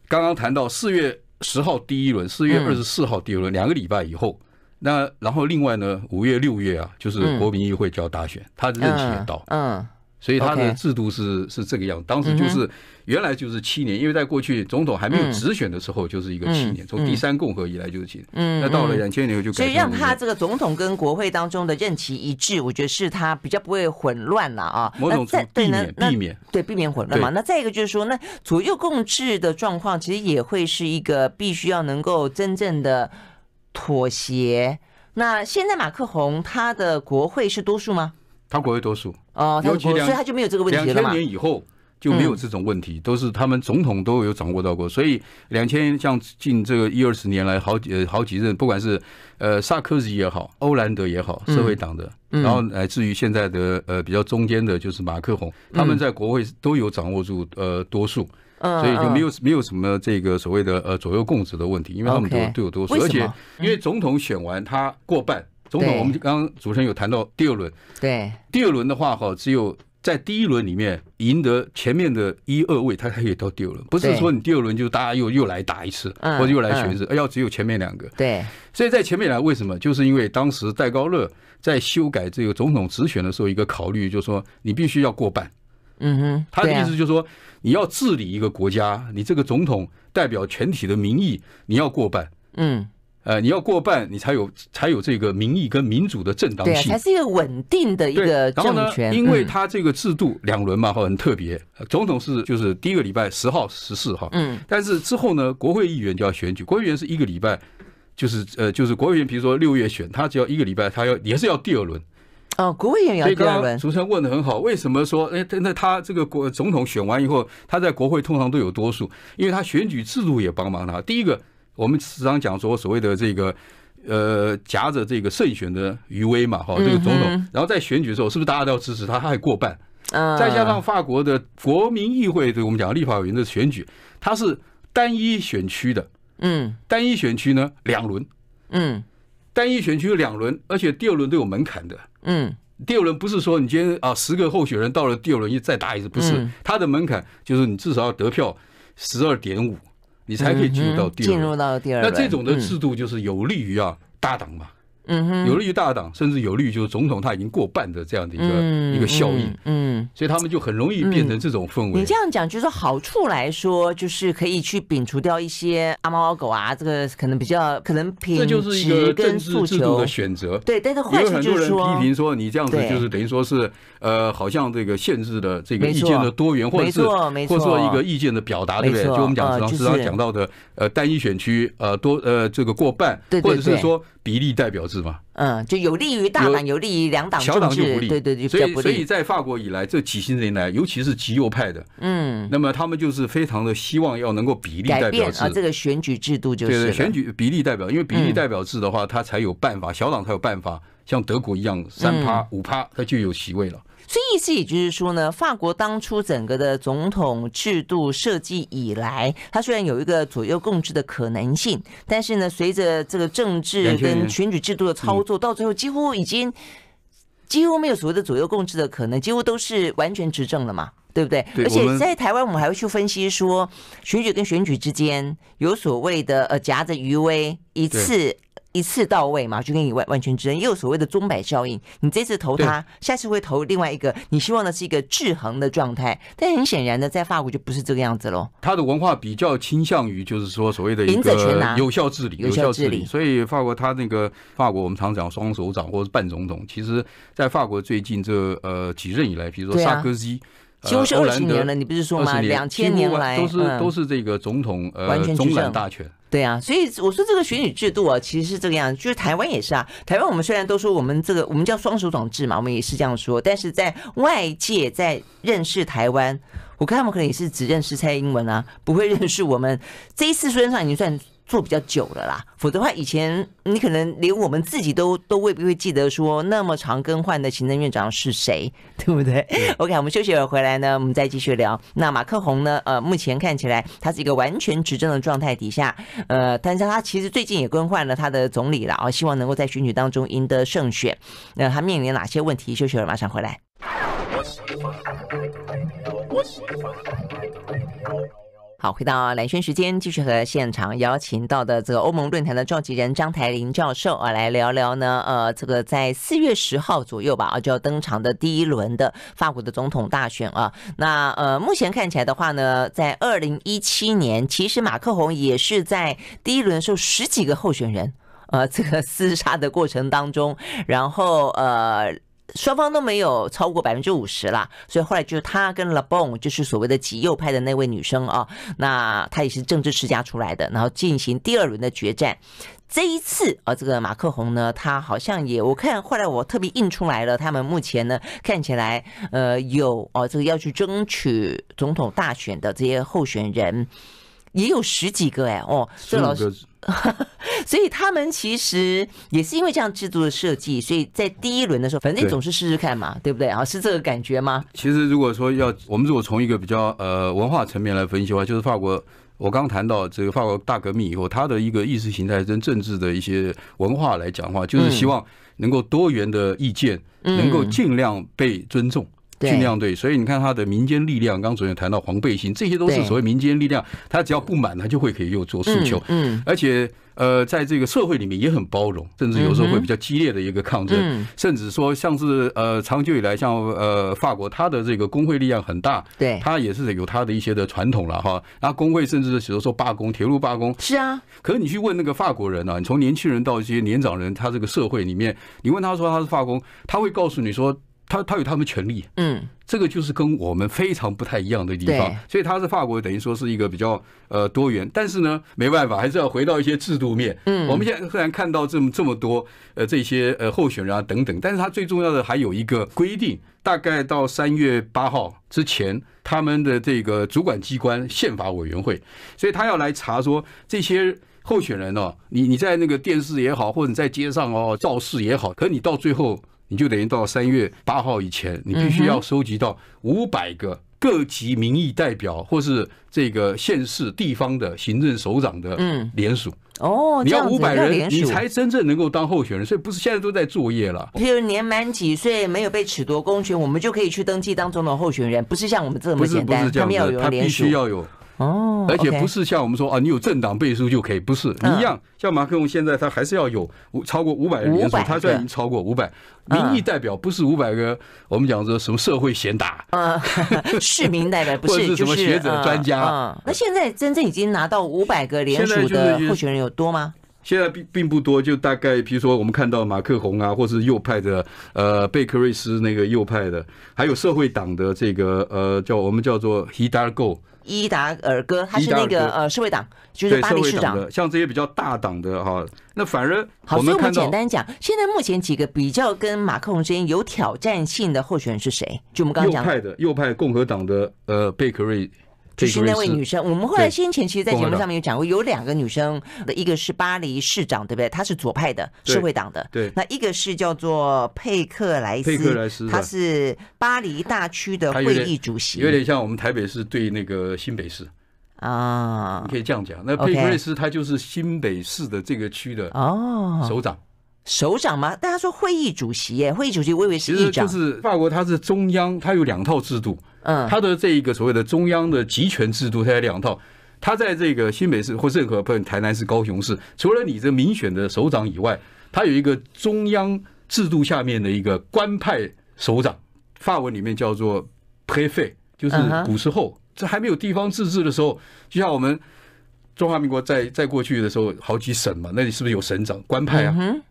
S2: 刚刚谈到四月十号第一轮，四月
S1: 嗯
S2: 二十四号第二轮，两个礼拜以后。那然后另外呢，五月六月啊，就是
S1: 嗯
S2: 国民议会就要大选，他的任期也到，
S1: 嗯，嗯
S2: 所以他的
S1: OK
S2: 制度是是这个样。当时就是原来就是七年，因为在过去总统还没有
S1: 嗯
S2: 直选的时候，就是一个七
S1: 嗯
S2: 年，从第三共和以来就是七年。
S1: 嗯
S2: 那到了
S1: 嗯
S2: 两千年就改
S1: 所
S2: 成
S1: 以让
S2: 五
S1: 他
S2: 年
S1: 这个总统跟国会当中的任期一致，我觉得是他比较不会混乱了啊。
S2: 某种
S1: 那再
S2: 程度
S1: 对
S2: 避
S1: 呢
S2: 免，
S1: 那
S2: 避免
S1: 对避免混乱嘛。
S2: 对
S1: 那再一个就是说，那左右共治的状况，其实也会是一个必须要能够真正的妥协。那现在马克宏他的国会是多数吗？
S2: 他国会多数，
S1: 哦，他
S2: 尤
S1: 的
S2: 其
S1: 国会，
S2: 两
S1: 所以他就没有这个问
S2: 两
S1: 题了
S2: 千
S1: 嘛。
S2: 年以后就没有这种问题，都是他们总统都有掌握到过。所以两千像近这个一二十年来，好几呃好几任，不管是呃萨科齐也好，欧兰德也好，社会党的，
S1: 嗯
S2: 然后乃至于现在的呃比较中间的，就是马克宏，他们在国会都有掌握住呃多数，
S1: 嗯，
S2: 所以就没
S1: 有
S2: 有没有什么这个所谓的呃左右共治的问题，因为他们都
S1: OK
S2: 都有多数，
S1: 为什
S2: 而
S1: 么
S2: 且
S1: 嗯
S2: 因为总统选完他过半，总统
S1: 对
S2: 我们刚刚主持人有谈到第二轮。
S1: 对，
S2: 第二轮的话，哈，只有在第一轮里面赢得前面的一二位，他才可以到第二轮。不是
S1: 对
S2: 说你第二轮就大家又又来打一次，
S1: 嗯
S2: 或者又来选一次，而要只有前面两个。
S1: 对，
S2: 所以在前面来，为什么？就是因为当时戴高乐在修改这个总统直选的时候，一个考虑就是说，你必须要过半。
S1: 嗯哼，
S2: 他的
S1: 对
S2: 意
S1: 啊
S2: 思就是说，你要治理一个国家，你这个总统代表全体的民意，你要过半。
S1: 嗯，
S2: 呃，你要过半，你才有才有这个民意跟民主的正当
S1: 对啊，
S2: 性
S1: 才。是一个稳定的一
S2: 对，
S1: 个
S2: 然后
S1: 政
S2: 呢，
S1: 权，
S2: 因为
S1: 嗯
S2: 他这个制度两轮嘛，哈，很特别。呃总统是就是第一个礼拜十号、十四号，
S1: 嗯
S2: 但是之后呢，国会议员就要选举，国会议员是一个礼拜。就是呃，就是国会议员，比如说六月选，他只要一个礼拜，他要也是要第二轮。
S1: 哦，国会也要
S2: 所以
S1: 第二
S2: 刚
S1: 轮
S2: 刚，主持人问的很好，为什么说哎，那他这个国总统选完以后，他在国会通常都有多数，因为他选举制度也帮忙他。第一个，我们时常讲说所谓的这个呃夹着这个胜选的余威嘛，哈，这个总统
S1: 嗯哼，
S2: 然后在选举的时候，是不是大家都要支持他？他还过半，
S1: 嗯，
S2: 再加上法国的国民议会，对我们讲立法委员的选举，它是单一选区的，
S1: 嗯
S2: 单一选区呢两轮，
S1: 嗯
S2: 单一选区有两轮，而且第二轮都有门槛的。
S1: 嗯
S2: 第二轮不是说你今天啊十个候选人到了第二轮又再打一次，不是
S1: 嗯，
S2: 它的门槛就是你至少要得票十二点五，你才可以进入到第二
S1: 嗯进入
S2: 轮。
S1: 到第二
S2: 那
S1: 轮，
S2: 这种的
S1: 嗯
S2: 制度就是有利于啊大党嘛，
S1: 嗯哼
S2: 有利于大党，甚至有利于就是总统他已经过半的这样的一
S1: 嗯
S2: 个一个效应
S1: 嗯，嗯。
S2: 所以他们就很容易变成这种氛围
S1: 你这。样讲，就是说好处来说，就是可以去摒除掉一些阿猫阿狗啊，这个可能比较可能
S2: 这
S1: 品
S2: 就是一个
S1: 质
S2: 政
S1: 跟
S2: 治
S1: 诉
S2: 制度
S1: 求
S2: 的。选择。
S1: 对，但是
S2: 也
S1: 坏
S2: 有
S1: 处
S2: 很
S1: 就
S2: 多
S1: 是
S2: 人
S1: 说
S2: 批，评说你这样子
S1: 对
S2: 就是等于说是呃，好像这个限制了这个
S1: 没
S2: 意
S1: 错
S2: 见的多元，或者
S1: 没
S2: 是
S1: 错没
S2: 或者说
S1: 错
S2: 一个意见的表达，对不对？
S1: 没
S2: 就
S1: 错
S2: 我们讲
S1: 呃
S2: 时常
S1: 就是
S2: 时常讲到的呃单一选区呃多呃这个过半，
S1: 对对
S2: 或者是
S1: 对
S2: 说比例代表制嘛，
S1: 嗯，就有利于大党，有利于两党
S2: 小党
S1: 政
S2: 就
S1: 治
S2: 不，利，
S1: 对对，就比
S2: 所
S1: 较
S2: 以
S1: 不
S2: 所以
S1: 利。
S2: 在法国以来这几十年来，尤其是极右派的，
S1: 嗯，
S2: 那么他们就是非常的希望要能够比例
S1: 改
S2: 代表
S1: 变
S2: 制
S1: 啊，这个选举制度就
S2: 对
S1: 是
S2: 对，
S1: 了
S2: 选举比例代表，因为比例
S1: 嗯
S2: 代表制的话，它才有办法，小党才有办法，像德国一样三趴
S1: 嗯
S2: 五趴，它就有席位了。
S1: 所以意思也就是说呢，法国当初整个的总统制度设计以来，它虽然有一个左右共治的可能性，但是呢，随着这个政治
S2: 2000年
S1: 跟选举制度的操作，到最后几乎已经几乎没有所谓的左右共治的可能，几乎都是完全执政了嘛。对不对？
S2: 对
S1: 而
S2: 我
S1: 且
S2: 们
S1: 在台湾，我们还会去分析说，选举跟选举之间有所谓的呃夹着余威，一
S2: 对
S1: 次一次到位嘛，就跟你完完全执政，也有所谓的钟摆效应。你这次投他，下次会投另外一个，你希望的是一个制衡的状态。但很显然的，在法国就不是这个样子喽。
S2: 它的文化比较倾向于就是说所谓的一
S1: 赢者全
S2: 个
S1: 拿
S2: 有效治理，
S1: 啊有效治理
S2: 所以法国它那个法国我们常讲双首长或者半总统，其实在法国最近这呃几任以来，比如说
S1: 对啊
S2: 萨科齐。呃
S1: 几乎是
S2: 欧
S1: 二
S2: 兰
S1: 十
S2: 德
S1: 年了，你不是说吗？
S2: 20
S1: 两
S2: 几
S1: 千
S2: 乎
S1: 年
S2: 完
S1: 来
S2: 都是
S1: 嗯
S2: 都是这个总统呃
S1: 完全执
S2: 总揽
S1: 政
S2: 大权，
S1: 对啊，所以我说这个选举制度啊，其实是这个样子，就是台湾也是啊。台湾我们虽然都说我们这个我们叫双手掌制嘛，我们也是这样说，但是在外界在认识台湾，我看他们可能也是只认识蔡英文啊，不会认识我们。这一次说上已经算做比较久了啦，否则的话，以前你可能连我们自己都都未必会记得说那么常更换的行政院长是谁， *laughs* 对不对？OK，我们休息会儿回来呢，我们再继续聊。那马克宏呢？呃，目前看起来他是一个完全执政的状态底下，呃，但是他其实最近也更换了他的总理了啊，希望能够在选举当中赢得胜选。呃那他面临哪些问题？休息会儿马上回来。好，回到蓝轩时间，继续和现场邀请到的这个欧盟论坛的召集人张台林教授啊，来聊聊呢，呃，这个在四月十号左右吧啊，就要登场的第一轮的法国的总统大选啊。那呃，目前看起来的话呢，在二零一七年，其实马克宏也是在第一轮的时候十几个候选人呃，这个厮杀的过程当中，然后呃。双方都没有超过百分之五十啦，所以后来就是他跟 l e b o n 就是所谓的极右派的那位女生啊，那她也是政治世家出来的，然后进行第二轮的决战。这一次啊，这个马克宏呢，他好像也我看后来我特别印出来了，他们目前呢看起来呃有哦、啊、这个要去争取总统大选的这些候选人。也有十几个哎、欸、哦，这老师，所以他们其实也是因为这样制度的设计，所以在第一轮的时候，反正总是试试看嘛，对不对啊？是这个感觉吗？
S2: 其实如果说要我们如果从一个比较呃文化层面来分析的话，就是法国，我刚谈到这个法国大革命以后，它的一个意识形态跟政治的一些文化来讲的话，就是希望能够多元的意见、嗯、能够尽量被尊重。尽量对，所以你看他的民间力量，刚主任谈到黄背心，这些都是所谓民间力量，他只要不满，他就会可以又做诉求，嗯，而且呃，在这个社会里面也很包容，甚至有时候会比较激烈的一个抗争，甚至说像是呃长久以来像呃法国，它的这个工会力量很大，
S1: 对，
S2: 它也是有它的一些的传统了哈，那工会甚至比如说罢工，铁路罢工，
S1: 是啊，
S2: 可是你去问那个法国人啊，你从年轻人到一些年长人，他这个社会里面，你问他说他是罢工，他会告诉你说。他他有他们权利，
S1: 嗯，
S2: 这个就是跟我们非常不太一样的地方，所以他是法国，等于说是一个比较呃多元，但是呢，没办法，还是要回到一些制度面。
S1: 嗯，
S2: 我们现在虽然看到这么这么多呃这些呃候选人啊等等，但是他最重要的还有一个规定，大概到三月八号之前，他们的这个主管机关宪法委员会，所以他要来查说这些。候选人哦，你你在那个电视也好，或者你在街上哦造势也好，可你到最后。你就等于到三月八号以前，你必须要收集到五百个各级民意代表或是这个县市地方的行政首长的联署。
S1: 嗯哦，
S2: 你要五百人，
S1: 你
S2: 才真正能够当候选人，所以不是现在都在作业了。
S1: 譬如年满几岁没有被褫夺公权，我们就可以去登记当总统候选人，不是像我们这么简单，他们要有
S2: 他必须要有。
S1: 哦，
S2: 而且不是像我们说啊，你有政党背书就可以，不是
S1: 嗯
S2: 一样。像马克龙现在他还是要有超过五百人联署，他虽然已经超过五百，民
S1: 嗯
S2: 意代表不是五百个，我们讲说什么社会贤达，
S1: 嗯，市民代
S2: *laughs*
S1: 表不
S2: 是什么学者专家。
S1: 嗯那现在真正已经拿到五百个联署的候选人有多吗？
S2: 现在并并不多，就大概，比如说我们看到马克宏啊，或是右派的，呃，贝克瑞斯那个右派的，还有社会党的这个呃，叫我们叫做 Hidargo。
S1: 伊达尔哥，他是那个呃社会党，就是巴黎市长
S2: 的，像这些比较大党的哈，那反而
S1: 好，所以
S2: 我
S1: 们简单讲，现在目前几个比较跟马克龙之间有挑战性的候选人是谁？就我们刚刚讲
S2: 右派的右派共和党的呃贝克瑞。
S1: 就是那位女生，我们后来先前其实，在节目上面有讲过，有两个女生，一个是巴黎市长，对不对？她是左派的社会党的，
S2: 对。
S1: 那一个是叫做佩克莱斯，
S2: 佩克莱斯，
S1: 她是巴黎大区的会议主席，
S2: 有点像我们台北市对那个新北市。
S1: 哦啊，
S2: 你可以这样讲。那佩克莱斯她就是新北市的这个区的
S1: 哦
S2: 首长。
S1: 首长吗？但他说会议主席耶，会议主席我以为是议长。
S2: 就是法国，它是中央，它有两套制度。
S1: 嗯，
S2: 它的这一个所谓的中央的集权制度，它有两套。它在这个新北市或任何，不台南市、高雄市，除了你这民选的首长以外，它有一个中央制度下面的一个官派首长，法文里面叫做 préfet，就是
S1: 嗯
S2: 古时候这还没有地方自治的时候，就像我们中华民国在在过去的时候，好几省嘛，那里是不是有省长官派啊？
S1: 嗯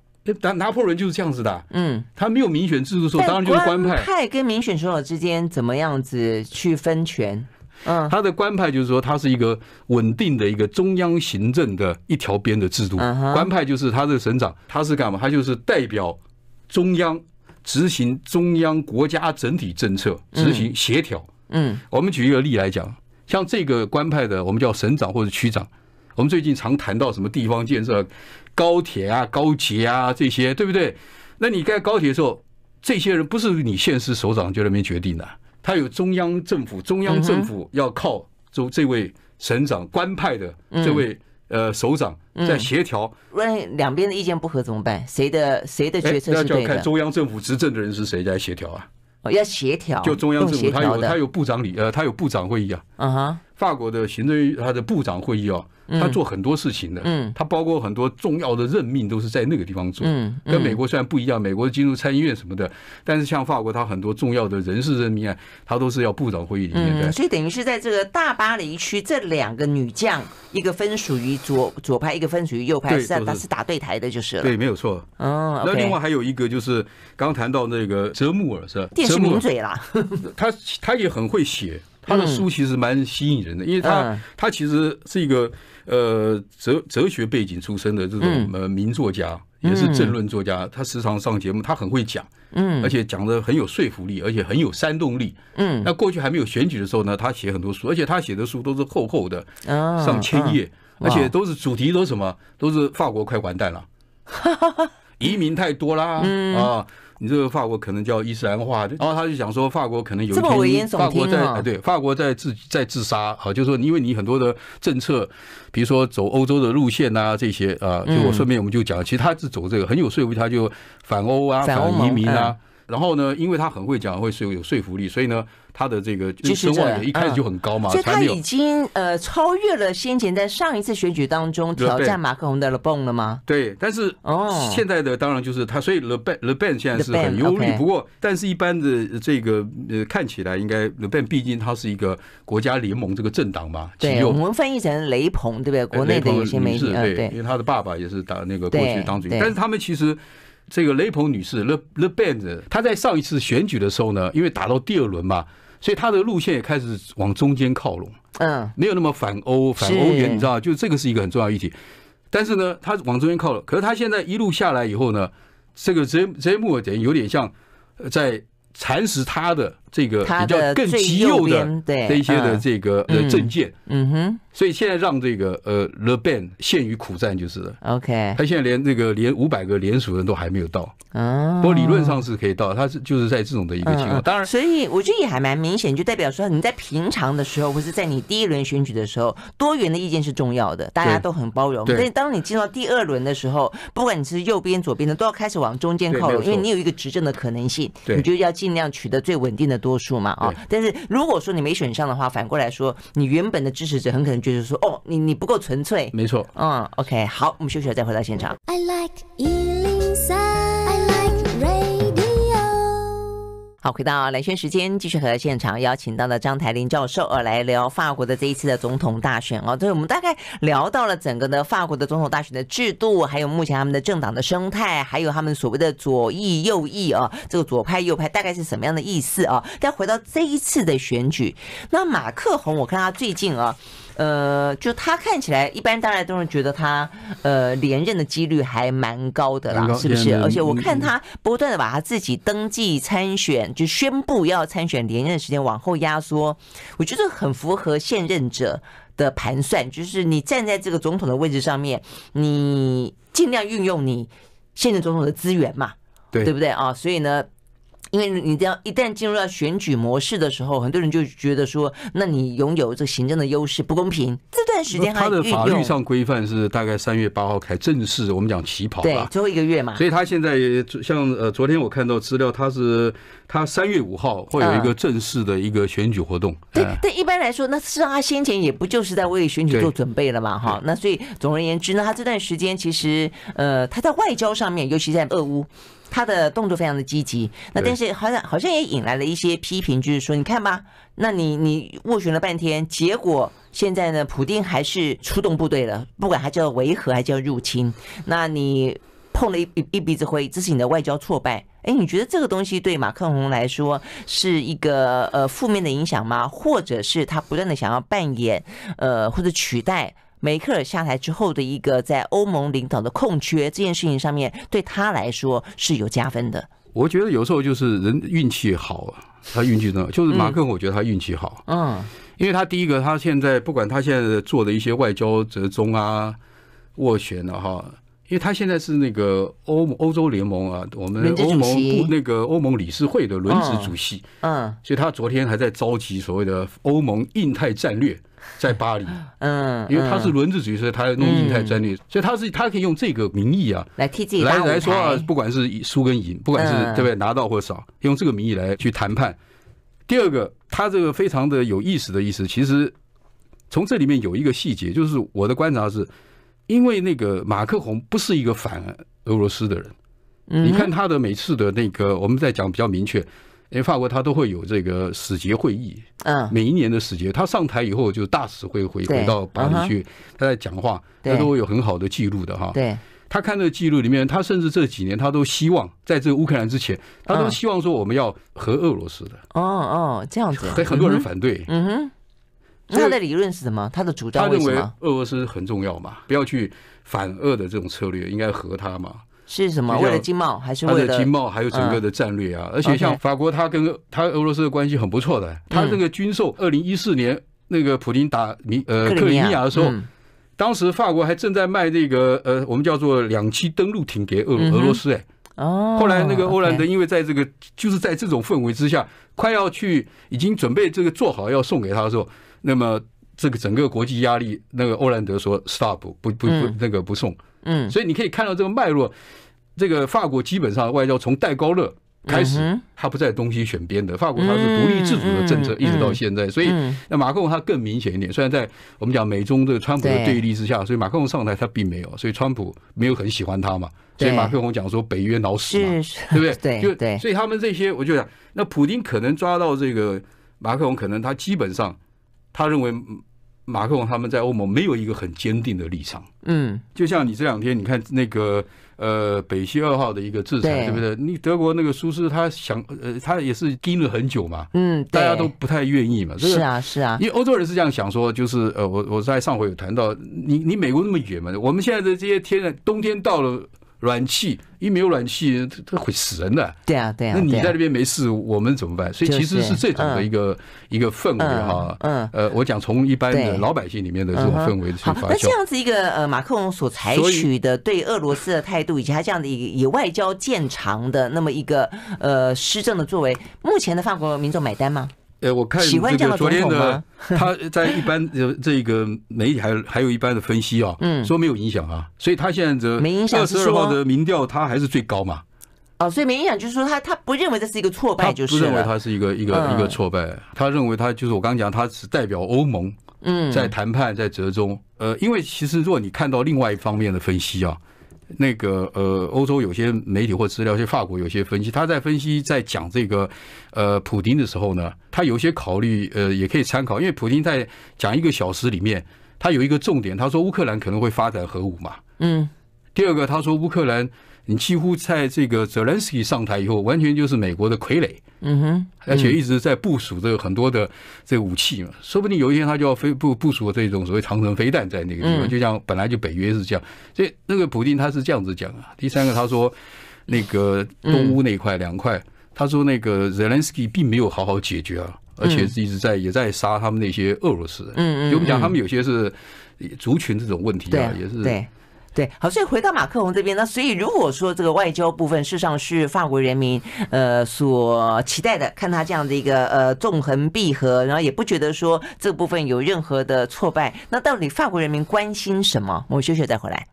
S2: 拿拿破仑就是这样子的、啊，
S1: 嗯，
S2: 他没有民选制度的时候，当然就是官派。啊
S1: 派跟民选首长之间怎么样子去分权？嗯，
S2: 他的官派就是说，它是一个稳定的一个中央行政的一条边的制度。
S1: 嗯哼
S2: 官派就是他的省长，他是干嘛？他就是代表中央执行中央国家整体政策，执行协调。
S1: 嗯
S2: 我们举一个例来讲，像这个官派的，我们叫省长或者区长。我们最近常谈到什么地方建设、高铁啊、高捷啊这些，对不对？那你盖高铁的时候，这些人不是你县市首长就那边决定的，他有中央政府，中央政府要靠就这位省长官派的这位呃首长在协调。
S1: 嗯问两边的意见不合怎么办？谁的谁的
S2: 哎
S1: 决策
S2: 那
S1: 是
S2: 就
S1: 对
S2: 要看
S1: 的？
S2: 中央政府执政的人是谁在协调啊？
S1: 哦要协调，
S2: 就中央政府，
S1: 哦用协
S2: 他
S1: 调
S2: 有他
S1: 的，
S2: 有部长理呃，他有部长会议啊。
S1: 嗯哼，
S2: 法国的行政他的部长会议哦，他做很多事情的，
S1: 嗯
S2: 他包括很多重要的任命都是在那个地方做。
S1: 嗯
S2: 跟美国虽然不一样，美国进入参议院什么的，但是像法国，他很多重要的人事任命啊，他都是要部长会议里面
S1: 嗯，
S2: 的。
S1: 所以等于是在这个大巴黎区，这两个女将，一个分属于左左派，一个分属于右派，
S2: 对
S1: 是在
S2: 都
S1: 打
S2: 是
S1: 是打对台的，就是了。
S2: 对，没有错。
S1: 嗯
S2: 那另
S1: ，OK，
S2: 外还有一个就是刚谈到那个泽穆尔是吧
S1: 电视
S2: 泽穆
S1: 名
S2: 尔
S1: 嘴啦，
S2: 他他也很会写，他的书其实蛮吸引人的，因为他、
S1: 嗯
S2: 他其实是一个呃哲哲学背景出身的这
S1: 嗯
S2: 种呃名作家，也是政论作家，他时常上节目，他很会讲，
S1: 嗯
S2: 而且讲的很有说服力，而且很有煽动力。
S1: 嗯，
S2: 那过去还没有选举的时候呢，他写很多书，而且他写的书都是厚厚的，
S1: 嗯
S2: 上千页，
S1: 哇
S2: 而且都是主题都是什么？都是法国快完
S1: *laughs*
S2: 蛋了，移民太多啦
S1: 嗯
S2: 啊！你这个法国可能叫伊斯兰化，然后他就讲说法国可能有一
S1: 这么危言
S2: 天
S1: 耸
S2: 法国
S1: 听
S2: 在
S1: 啊
S2: 哎对法国在自在自杀啊，就是说因为你很多的政策，比如说走欧洲的路线啊这些啊，
S1: 嗯
S2: 就我顺便我们就讲，其实他是走这个很有说服力，他就反欧啊，
S1: 反欧
S2: 反移
S1: 盟
S2: 民啊
S1: 嗯。
S2: 然后呢，因为他很会讲，会说有说服力，所以呢，他的这个
S1: 支持
S2: 声
S1: 者
S2: 望也一开始就很高嘛，
S1: 所以
S2: 才
S1: 嗯他
S2: 没有
S1: 已经呃超越了先前在上一次选举当中
S2: 对
S1: 挑战马克龙的勒蹦了吗？
S2: 对，但是
S1: 哦
S2: 现在的当然就是他，所以 Le Pen Le Pen 现在是
S1: Le Pen，
S2: 很忧虑
S1: OK。
S2: 不过，但是一般的这个呃，看起来应该 Le Pen 毕竟他是一个国家联盟这个政党嘛，极
S1: 对，我
S2: 右。
S1: 们翻译成雷鹏，对不对？
S2: 呃
S1: 国内的
S2: 雷
S1: 有
S2: 鹏
S1: 些媒
S2: 女士
S1: 体，呃
S2: 对，因为他的爸爸也是当那个
S1: 对
S2: 过去当主席
S1: 对，
S2: 但是他们其实。这个雷鹏女士，Le Le Pen，她在上一次选举的时候呢，因为打到第二轮嘛，所以她的路线也开始往中间靠拢。
S1: 嗯，
S2: 没有那么反欧反欧
S1: 是
S2: 元，你知道，就这个是一个很重要的议题。但是呢，他往中间靠了，可是他现在一路下来以后呢，这个 Z Z 穆尔等于有点像呃在蚕食他的这个
S1: 他
S2: 比
S1: 的
S2: 较更
S1: 最
S2: 极
S1: 右
S2: 右的
S1: 边对
S2: 这一些的
S1: 嗯
S2: 这个呃
S1: 嗯
S2: 政见，
S1: 嗯哼
S2: 所以现在让这个呃 Le Pen 陷于苦战就是了。
S1: ，OK，
S2: 他现在连这个连五百个联署人都还没有到，
S1: 嗯，
S2: 不过理论上是可以到，他是就是在这种的一个情况。当然，
S1: 所以我觉得也还蛮明显，就代表说你在平常的时候，或是在你第一轮选举的时候，多元的意见是重要的，大家
S2: 对
S1: 都很包容。
S2: 对
S1: 但是当你进到第二轮的时候，不管你是右边、左边的，都要开始往中间
S2: 对
S1: 靠
S2: 没有
S1: 拢，因为
S2: 错
S1: 你有一个执政的可能性，
S2: 对
S1: 你就要尽量取得最稳定的多数嘛啊、
S2: 对
S1: 但是如果说你没选上的话，反过来说，你原本的支持者很可能觉得说，哦，你你不够纯粹。
S2: 没错。
S1: 嗯，OK，好，我们休息了再回到现场。
S3: I like Ealing Sound. I like radio.
S1: 好，回到蓝轩时间，继续和现场邀请到的张台林教授呃来聊法国的这一次的总统大选哦。对，我们大概聊到了整个的法国的总统大选的制度，还有目前他们的政党的生态，还有他们所谓的左翼、右翼啊，这个左派、右派大概是什么样的意思啊？但回到这一次的选举，那马克宏，我看他最近啊。呃，就他看起来，一般大家都是觉得他呃连任的几率还蛮高的啦
S2: 蛮，高
S1: 是不是？
S2: 现在
S1: 而且我
S2: 嗯
S1: 看他不断的把他自己登记参选，就宣布要参选连任的时间往后压缩，我觉得很符合现任者的盘算，就是你站在这个总统的位置上面，你尽量运用你现任总统的资源嘛，
S2: 对
S1: 对不对啊？所以呢，因为你这样一旦进入到选举模式的时候，很多人就觉得说，那你拥有这个行政的优势不公平。这段时间
S2: 他的
S1: 运
S2: 法律
S1: 用
S2: 上规范是大概三月八号开正式，我们讲起跑
S1: 对
S2: 吧，
S1: 最后一个月嘛
S2: 所，以他现在也像呃，昨天我看到资料，他是他三月五号会有一个正式的一个选举活动。
S1: 对
S2: 哎，
S1: 但一般来说，那事实上他先前也不就是在为选举
S2: 对
S1: 做准备了嘛，哈。那所以总而言之呢，他这段时间其实，呃，他在外交上面，尤其在俄乌。他的动作非常的积极，那
S2: 对
S1: 但是好像好像也引来了一些批评，就是说，你看吧，那你你斡旋了半天，结果现在呢，普丁还是出动部队了，不管他叫维和还叫入侵，那你碰了一鼻一鼻子灰，这是你的外交挫败。哎，你觉得这个东西对马克龙来说是一个呃负面的影响吗？或者是他不断的想要扮演呃或者取代梅克尔下台之后的一个在欧盟领导的空缺这件事情上面，对他来说是有加分的？
S2: 我觉得有时候就是人运气好啊，他运气真的就是马克龙，我觉得他运气好，
S1: 嗯
S2: 因为他第一个，他现在不管他现在做的一些外交折中啊、斡旋啊，哈，因为他现在是那个欧欧洲联盟啊，我们
S1: 轮值主
S2: 欧盟
S1: 席
S2: 部那个欧盟理事会的轮值主席，
S1: 嗯
S2: 所以他昨天还在召集所谓的欧盟印太战略在巴黎，
S1: 嗯，
S2: 因为他是
S1: 嗯
S2: 轮值主席，所以他弄印太战略，所以他是他可以用这个名义啊。
S1: 来替自己
S2: 来
S1: 搭舞
S2: 来说啊
S1: 台，
S2: 不管是输跟赢，不管是
S1: 嗯
S2: 对不对拿到或少，用这个名义来去谈判。第二个，他这个非常的有意思的意思，其实从这里面有一个细节，就是我的观察是，因为那个马克宏不是一个反俄罗斯的人，
S1: 嗯
S2: 你看他的每次的那个，我们在讲比较明确。因为法国他都会有这个使节会议，
S1: 嗯
S2: 每一年的使节，他上台以后就大使会回
S1: 对
S2: 回到巴
S1: 嗯哼
S2: 黎去，他在讲话，他
S1: 对
S2: 都会有很好的记录的哈。
S1: 对
S2: 他看这个记录里面，他甚至这几年他都希望，在这个乌克兰之前，他
S1: 嗯
S2: 都希望说我们要和俄罗斯的，
S1: 哦哦这样子，
S2: 很很多人反对，
S1: 嗯哼，那他的理论是什么？他的主
S2: 他
S1: 张为
S2: 认
S1: 什
S2: 为
S1: 么？
S2: 俄罗斯很重要嘛，不要去反俄的这种策略，应该和他嘛，
S1: 是什么？
S2: 就叫
S1: 为了经贸还是
S2: 他
S1: 为
S2: 的
S1: 了嗯
S2: 经贸还有整个的战略啊，而且像
S1: OK 嗯
S2: 法国，他跟他俄罗斯的关系很不错的，他那个军售，二零一四年那个普京打米呃克里米亚的时候，
S1: 嗯
S2: 当时法国还正在卖那个呃我们叫做两栖登陆艇给俄
S1: 嗯哼
S2: 俄罗斯哎。
S1: 哦，
S2: 后来那个欧兰德
S1: OK
S2: 因为在这个就是在这种氛围之下，快要去已经准备这个做好要送给他的时候，那么这个整个国际压力，那个欧兰德说 stop 不不不
S1: 嗯
S2: 那个不送，
S1: 嗯
S2: 所以你可以看到这个脉络，这个法国基本上外交从戴高乐开始，
S1: 嗯
S2: 他不在东西选边的，法国它是独立自主的政策，
S1: 嗯嗯
S2: 一直到现在，所以
S1: 嗯
S2: 那马克龙他更明显一点，虽然在我们讲美中的川普的
S1: 对
S2: 对立之下，所以马克龙上台他并没有，所以川普没有很喜欢他嘛，所以
S1: 对
S2: 马克龙讲说北约脑死嘛。
S1: 是是，
S2: 对不对？
S1: 对
S2: 就
S1: 对
S2: 所以他们这些，我就想，那普京可能抓到这个马克龙，可能他基本上他认为嗯马克龙他们在欧盟没有一个很坚定的立场。
S1: 嗯
S2: 就像你这两天，你看那个呃北溪二号的一个制裁，
S1: 对
S2: 对不对？你德国那个苏斯他想呃他也是盯了很久嘛，
S1: 嗯，
S2: 大家
S1: 对
S2: 都不太愿意嘛。这个
S1: 是啊是啊，
S2: 因为欧洲人是这样想说，就是呃，我我在上回有谈到，你你美国那么远嘛，我们现在的这些天然冬天到了，暖气一没有暖气，它它会死人的。
S1: 对啊对啊，
S2: 那你
S1: 对啊
S2: 在那边没事，我们怎么办？所以其实
S1: 就是嗯
S2: 是这种的一个一个氛围哈。
S1: 嗯嗯
S2: 呃，我讲从一般
S1: 对
S2: 的老百姓里面的这种
S1: 嗯哼
S2: 氛围去
S1: 好，
S2: 发
S1: 那这
S2: 酵。
S1: 样子一个呃，马克龙所采
S2: 所以
S1: 取的对俄罗斯的态度，以及他这样的一个以外交见长的那么一个呃施政的作为，目前的法国民众买单吗？
S2: 呃，我看
S1: 喜
S2: 这
S1: 欢这样的
S2: 个昨天
S1: 总统吗
S2: 的他在一般呃这个媒体还有还有一般的分析啊，
S1: 嗯
S2: 说没有影响啊，所以他现在的
S1: 没影响
S2: 二
S1: 是
S2: 十
S1: 说
S2: 二号的民调他还是最高嘛。
S1: 哦，所以没影响，就是说他他不认为这是一个挫败，就
S2: 他
S1: 是
S2: 不认为
S1: 了。
S2: 他是一个一
S1: 嗯
S2: 个一个挫败，他认为他就是我刚刚讲，他只代表欧盟
S1: 嗯，
S2: 在谈判在折中。呃，因为其实如果你看到另外一方面的分析啊，那个呃，欧洲有些媒体或资料，像法国有些分析，他在分析在讲这个呃普丁的时候呢，他有些考虑呃也可以参考，因为普丁在讲一个小时里面，他有一个重点，他说乌克兰可能会发展核武嘛，
S1: 嗯
S2: 第二个，他说乌克兰，你几乎在这个泽连斯基上台以后，完全就是美国的傀儡，
S1: 嗯哼，
S2: 而且一直在部署这个很多的这个武器嘛，说不定有一天他就要飞部部署这种所谓长城飞弹在那个地
S1: 嗯
S2: 方，就像本来就北约是这样，所以那个普京他是这样子讲啊。第三个，他说那个东乌那一块两块，他说那个泽连斯基并没有好好解决啊，而且是一直在也在杀他们那些俄罗斯人，
S1: 嗯嗯
S2: 就我们讲
S1: 嗯
S2: 他们有些是族群这种问题
S1: 对
S2: 啊
S1: 啊，
S2: 也是
S1: 对。对，好，所以回到马克龙这边呢，所以如果说这个外交部分，事实上是法国人民呃所期待的，看他这样的一个呃纵横捭阖，然后也不觉得说这部分有任何的挫败。那到底法国人民关心什么？我们休息了再回来。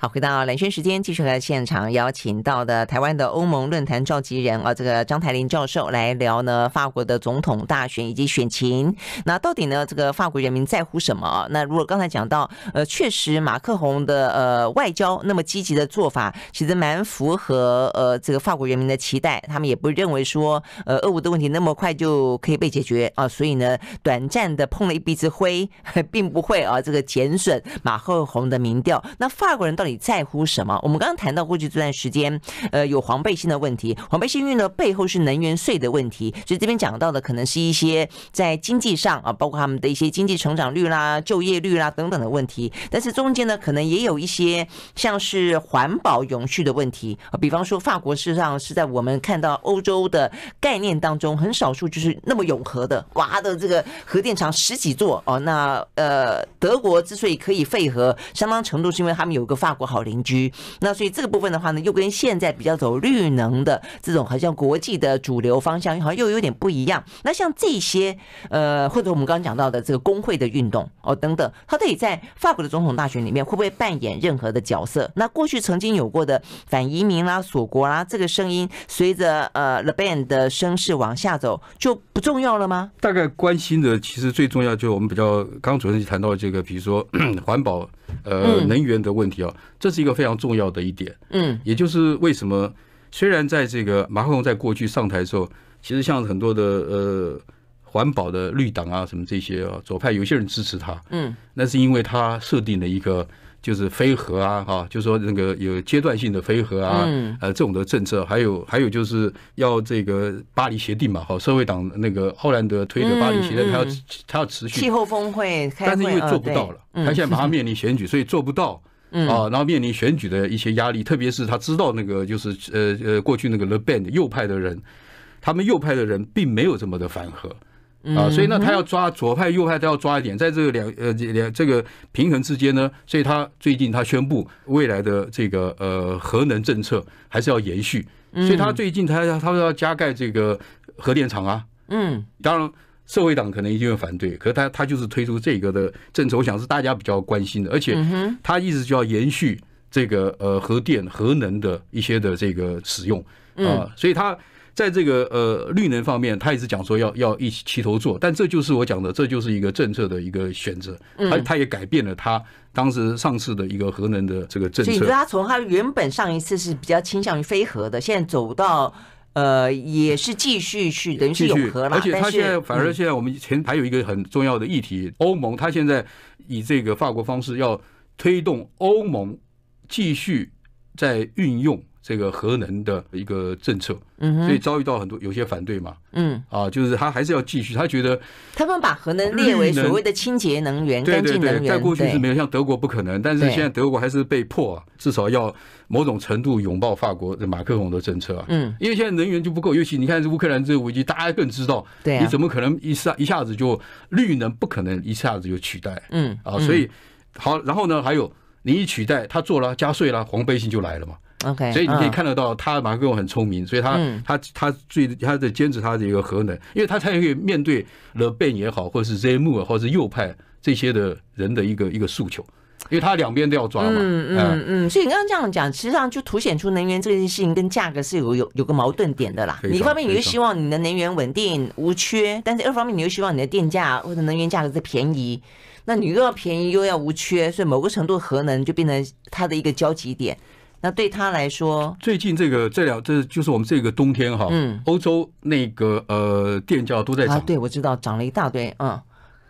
S1: 好，回到蓝轩时间，继续和现场邀请到的台湾的欧盟论坛召集人啊，这个张台林教授来聊呢法国的总统大选以及选情。那到底呢，这个法国人民在乎什么啊？那如果刚才讲到，呃，确实马克宏的呃外交那么积极的做法，其实蛮符合呃这个法国人民的期待，他们也不认为说呃俄乌的问题那么快就可以被解决啊，所以呢，短暂的 *laughs* 碰了一鼻子灰，并不会啊这个减损马克宏的民调。那法国人到底？底在乎什么？我们刚刚谈到过去这段时间，呃，有黄背心的问题，黄背心运呢背后是能源税的问题，所以这边讲到的可能是一些在经济上啊，包括他们的一些经济成长率啦、就业率啦等等的问题，但是中间呢，可能也有一些像是环保永续的问题，啊、比方说法国事实上是在我们看到欧洲的概念当中很少数就是那么永和的，哇它的这个核电厂十几座哦，那呃德国之所以可以废核，相当程度是因为他们有一个法国好邻居，那所以这个部分的话呢，又跟现在比较走绿能的这种好像国际的主流方向，好像又有点不一样。那像这些呃，或者我们刚刚讲到的这个工会的运动哦等等，它到底在法国的总统大选里面会不会扮演任何的角色？那过去曾经有过的反移民啦、锁国啦，这个声音随着呃 Le Pen 的声势往下走，就不重要了吗？
S2: 大概关心的其实最重要就是我们比较刚刚主持人谈到这个，比如说 *clears throat* 环保呃能源的问题啊，这是一个非常重要的一点。
S1: 嗯
S2: 也就是为什么虽然在这个马克龙在过去上台的时候，其实像很多的呃环保的绿党啊什么这些啊左派，有些人支持他，
S1: 嗯
S2: 那是因为他设定了一个就是非核啊哈、就说那个有阶段性的非核啊，
S1: 嗯
S2: 呃这种的政策，还有还有就是要这个巴黎协定嘛，哈，社会党那个奥兰德推的巴黎
S1: 嗯
S2: 协
S1: 嗯
S2: 定，他要
S1: 嗯
S2: 他要持续
S1: 气候峰会开会，
S2: 但是因为
S1: 呃
S2: 做不到了，
S1: 对嗯
S2: 他现在马上面临选举，所以做
S1: *laughs*
S2: 不到。啊，然后面临选举的一些压力，特别是他知道那个就是呃呃，过去那个 Le Pen 右派的人，他们右派的人并没有这么的反核
S1: 嗯
S2: 啊，所以呢，他要抓左派右派都要抓一点，在这个两呃这两这个平衡之间呢，所以他最近他宣布未来的这个呃核能政策还是要延续，所以
S1: 嗯
S2: 他最近他他说要加盖这个核电厂啊，
S1: 嗯
S2: 当然，社会党可能一定会反对，可是他他就是推出这个的政策，我想是大家比较关心的，而且
S1: 嗯
S2: 他一直就要延续这个呃核电、核能的一些的这个使用
S1: 嗯
S2: 啊、所以他。在这个呃绿能方面，他一直讲说要要一起齐头做，但这就是我讲的，这就是一个政策的一个选择，
S1: 嗯
S2: 他他也改变了他当时上次的一个核能的这个政
S1: 所以你
S2: 策
S1: 说。他从他原本上一次是比较倾向于非核的，现在走到呃也是继续去等于是
S2: 继续
S1: 永，和啦，
S2: 而且
S1: 但
S2: 他
S1: 是嗯
S2: 现在反而现在我们前还有一个很重要的议题，欧盟他现在以这个法国方式要推动欧盟继续在运用这个核能的一个政策，
S1: 嗯
S2: 所以遭遇到很多有些反对嘛，
S1: 嗯，
S2: 啊，就是他还是要继续，他觉得
S1: 他们把核能列为
S2: 绿能
S1: 所谓的清洁能源、
S2: 对
S1: 干
S2: 对
S1: 净能
S2: 对，
S1: 源，
S2: 在过去
S1: 对
S2: 是没有像德国不可能，但是
S1: 对
S2: 现在德国还是被迫、啊，至少要某种程度拥抱法国的马克龙的政策啊，
S1: 嗯，
S2: 因为现在能源就不够，尤其你看这乌克兰这个危机，大家更知道，
S1: 对啊
S2: 你怎么可能一下一下子就绿能不可能一下子就取代
S1: 嗯
S2: 啊？所以好，然后呢，还有你一取代，他做了加税了，黄背心就来了嘛。
S1: OK，
S2: 所以你可以
S1: 嗯
S2: 看得到，他马克龙很聪明，所以他
S1: 嗯
S2: 他他最他在坚持他的一个核能，因为他才可以面对勒贝也好，或是 ZM 或是右派这些的人的一个一个诉求，因为他两边都要抓嘛。
S1: 嗯
S2: 哎
S1: 嗯嗯，所以你刚刚这样讲，实际上就凸显出能源这件事情跟价格是有有有个矛盾点的啦。
S2: 非常
S1: 你一方面你又
S2: 非常
S1: 希望你的能源稳定无缺，但是二方面你又希望你的电价或者能源价格是便宜，那你又要便宜又要无缺，所以某个程度核能就变成它的一个交集点。那对他来说，
S2: 最近这个这两这就是我们这个冬天哈
S1: 嗯，
S2: 欧洲那个呃电价都在
S1: 啊，
S2: 涨，
S1: 对我知道涨了一大堆，嗯，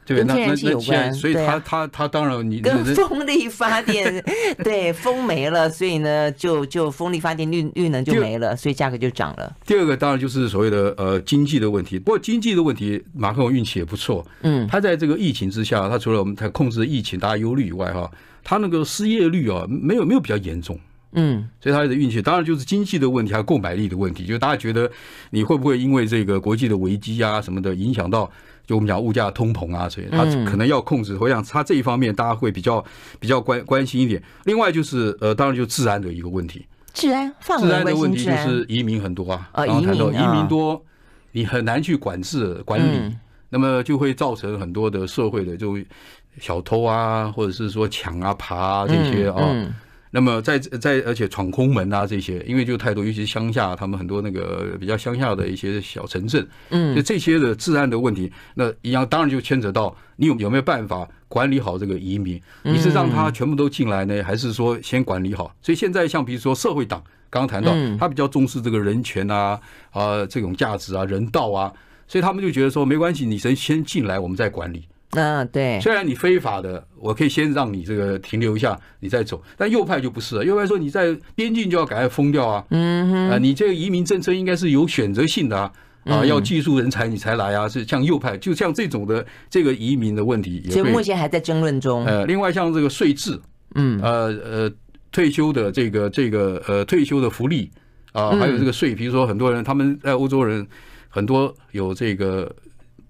S2: 对，
S1: 跟
S2: 那
S1: 天然
S2: 那
S1: 气有
S2: 那现在
S1: 关
S2: 所以
S1: 对
S2: 他
S1: 啊
S2: 他他当然你
S1: 跟
S2: 你
S1: 风力发
S2: *laughs*
S1: 电对风没了，所以呢就就风力发电绿绿能就
S2: 就
S1: 没了，所以价格就涨了。
S2: 第二个当然就是所谓的呃经济的问题，不过经济的问题，马克龙运气也不错，
S1: 嗯
S2: 他在这个疫情之下，他除了我们他控制疫情大家忧虑以外哈，他那个失业率啊没有没有比较严重，
S1: 嗯
S2: 所以他的运气当然就是经济的问题，还有购买力的问题，就是大家觉得你会不会因为这个国际的危机啊什么的影响到，就我们讲物价通膨啊，所以他
S1: 嗯
S2: 可能要控制。我想他这一方面大家会比较比较关关心一点。另外就是呃，当然就治安的一个问题，
S1: 治安范
S2: 治
S1: 围
S2: 安的
S1: 关
S2: 问
S1: 心治
S2: 题就
S1: 安。
S2: 是移民很多啊，
S1: 哦
S2: 然后谈到
S1: 移民啊
S2: 移民多，你很难去管制管理
S1: 嗯，
S2: 那么就会造成很多的社会的就小偷啊，或者是说抢啊、爬啊这些啊。
S1: 嗯嗯
S2: 那么在在而且闯空门啊这些，因为就太多，尤其乡下，他们很多那个比较乡下的一些小城镇，
S1: 嗯
S2: 就这些的治安的问题，那一样当然就牵扯到你有有没有办法管理好这个移民，
S1: 嗯
S2: 你是让他全部都进来呢，还是说先管理好？所以现在像比如说社会党刚刚谈到
S1: 嗯，
S2: 他比较重视这个人权啊啊、这种价值啊人道啊，所以他们就觉得说没关系，你先先进来，我们再管理。
S1: 嗯，对，
S2: 虽然你非法的，我可以先让你这个停留一下，你再走。但右派就不是啊了，右派说你在边境就要赶快封掉啊，
S1: 嗯哼，嗯
S2: 啊、你这个移民政策应该是有选择性的啊。啊，要技术人才你才来啊！是像右派，就像这种的这个移民的问题也
S1: 所以目
S2: 会。
S1: 前还在争论中。
S2: 呃，另外像这个税制，
S1: 嗯，
S2: 呃呃，退休的这个这个呃退休的福利啊，
S1: 嗯
S2: 还有这个税，比如说很多人他们在欧洲人很多有这个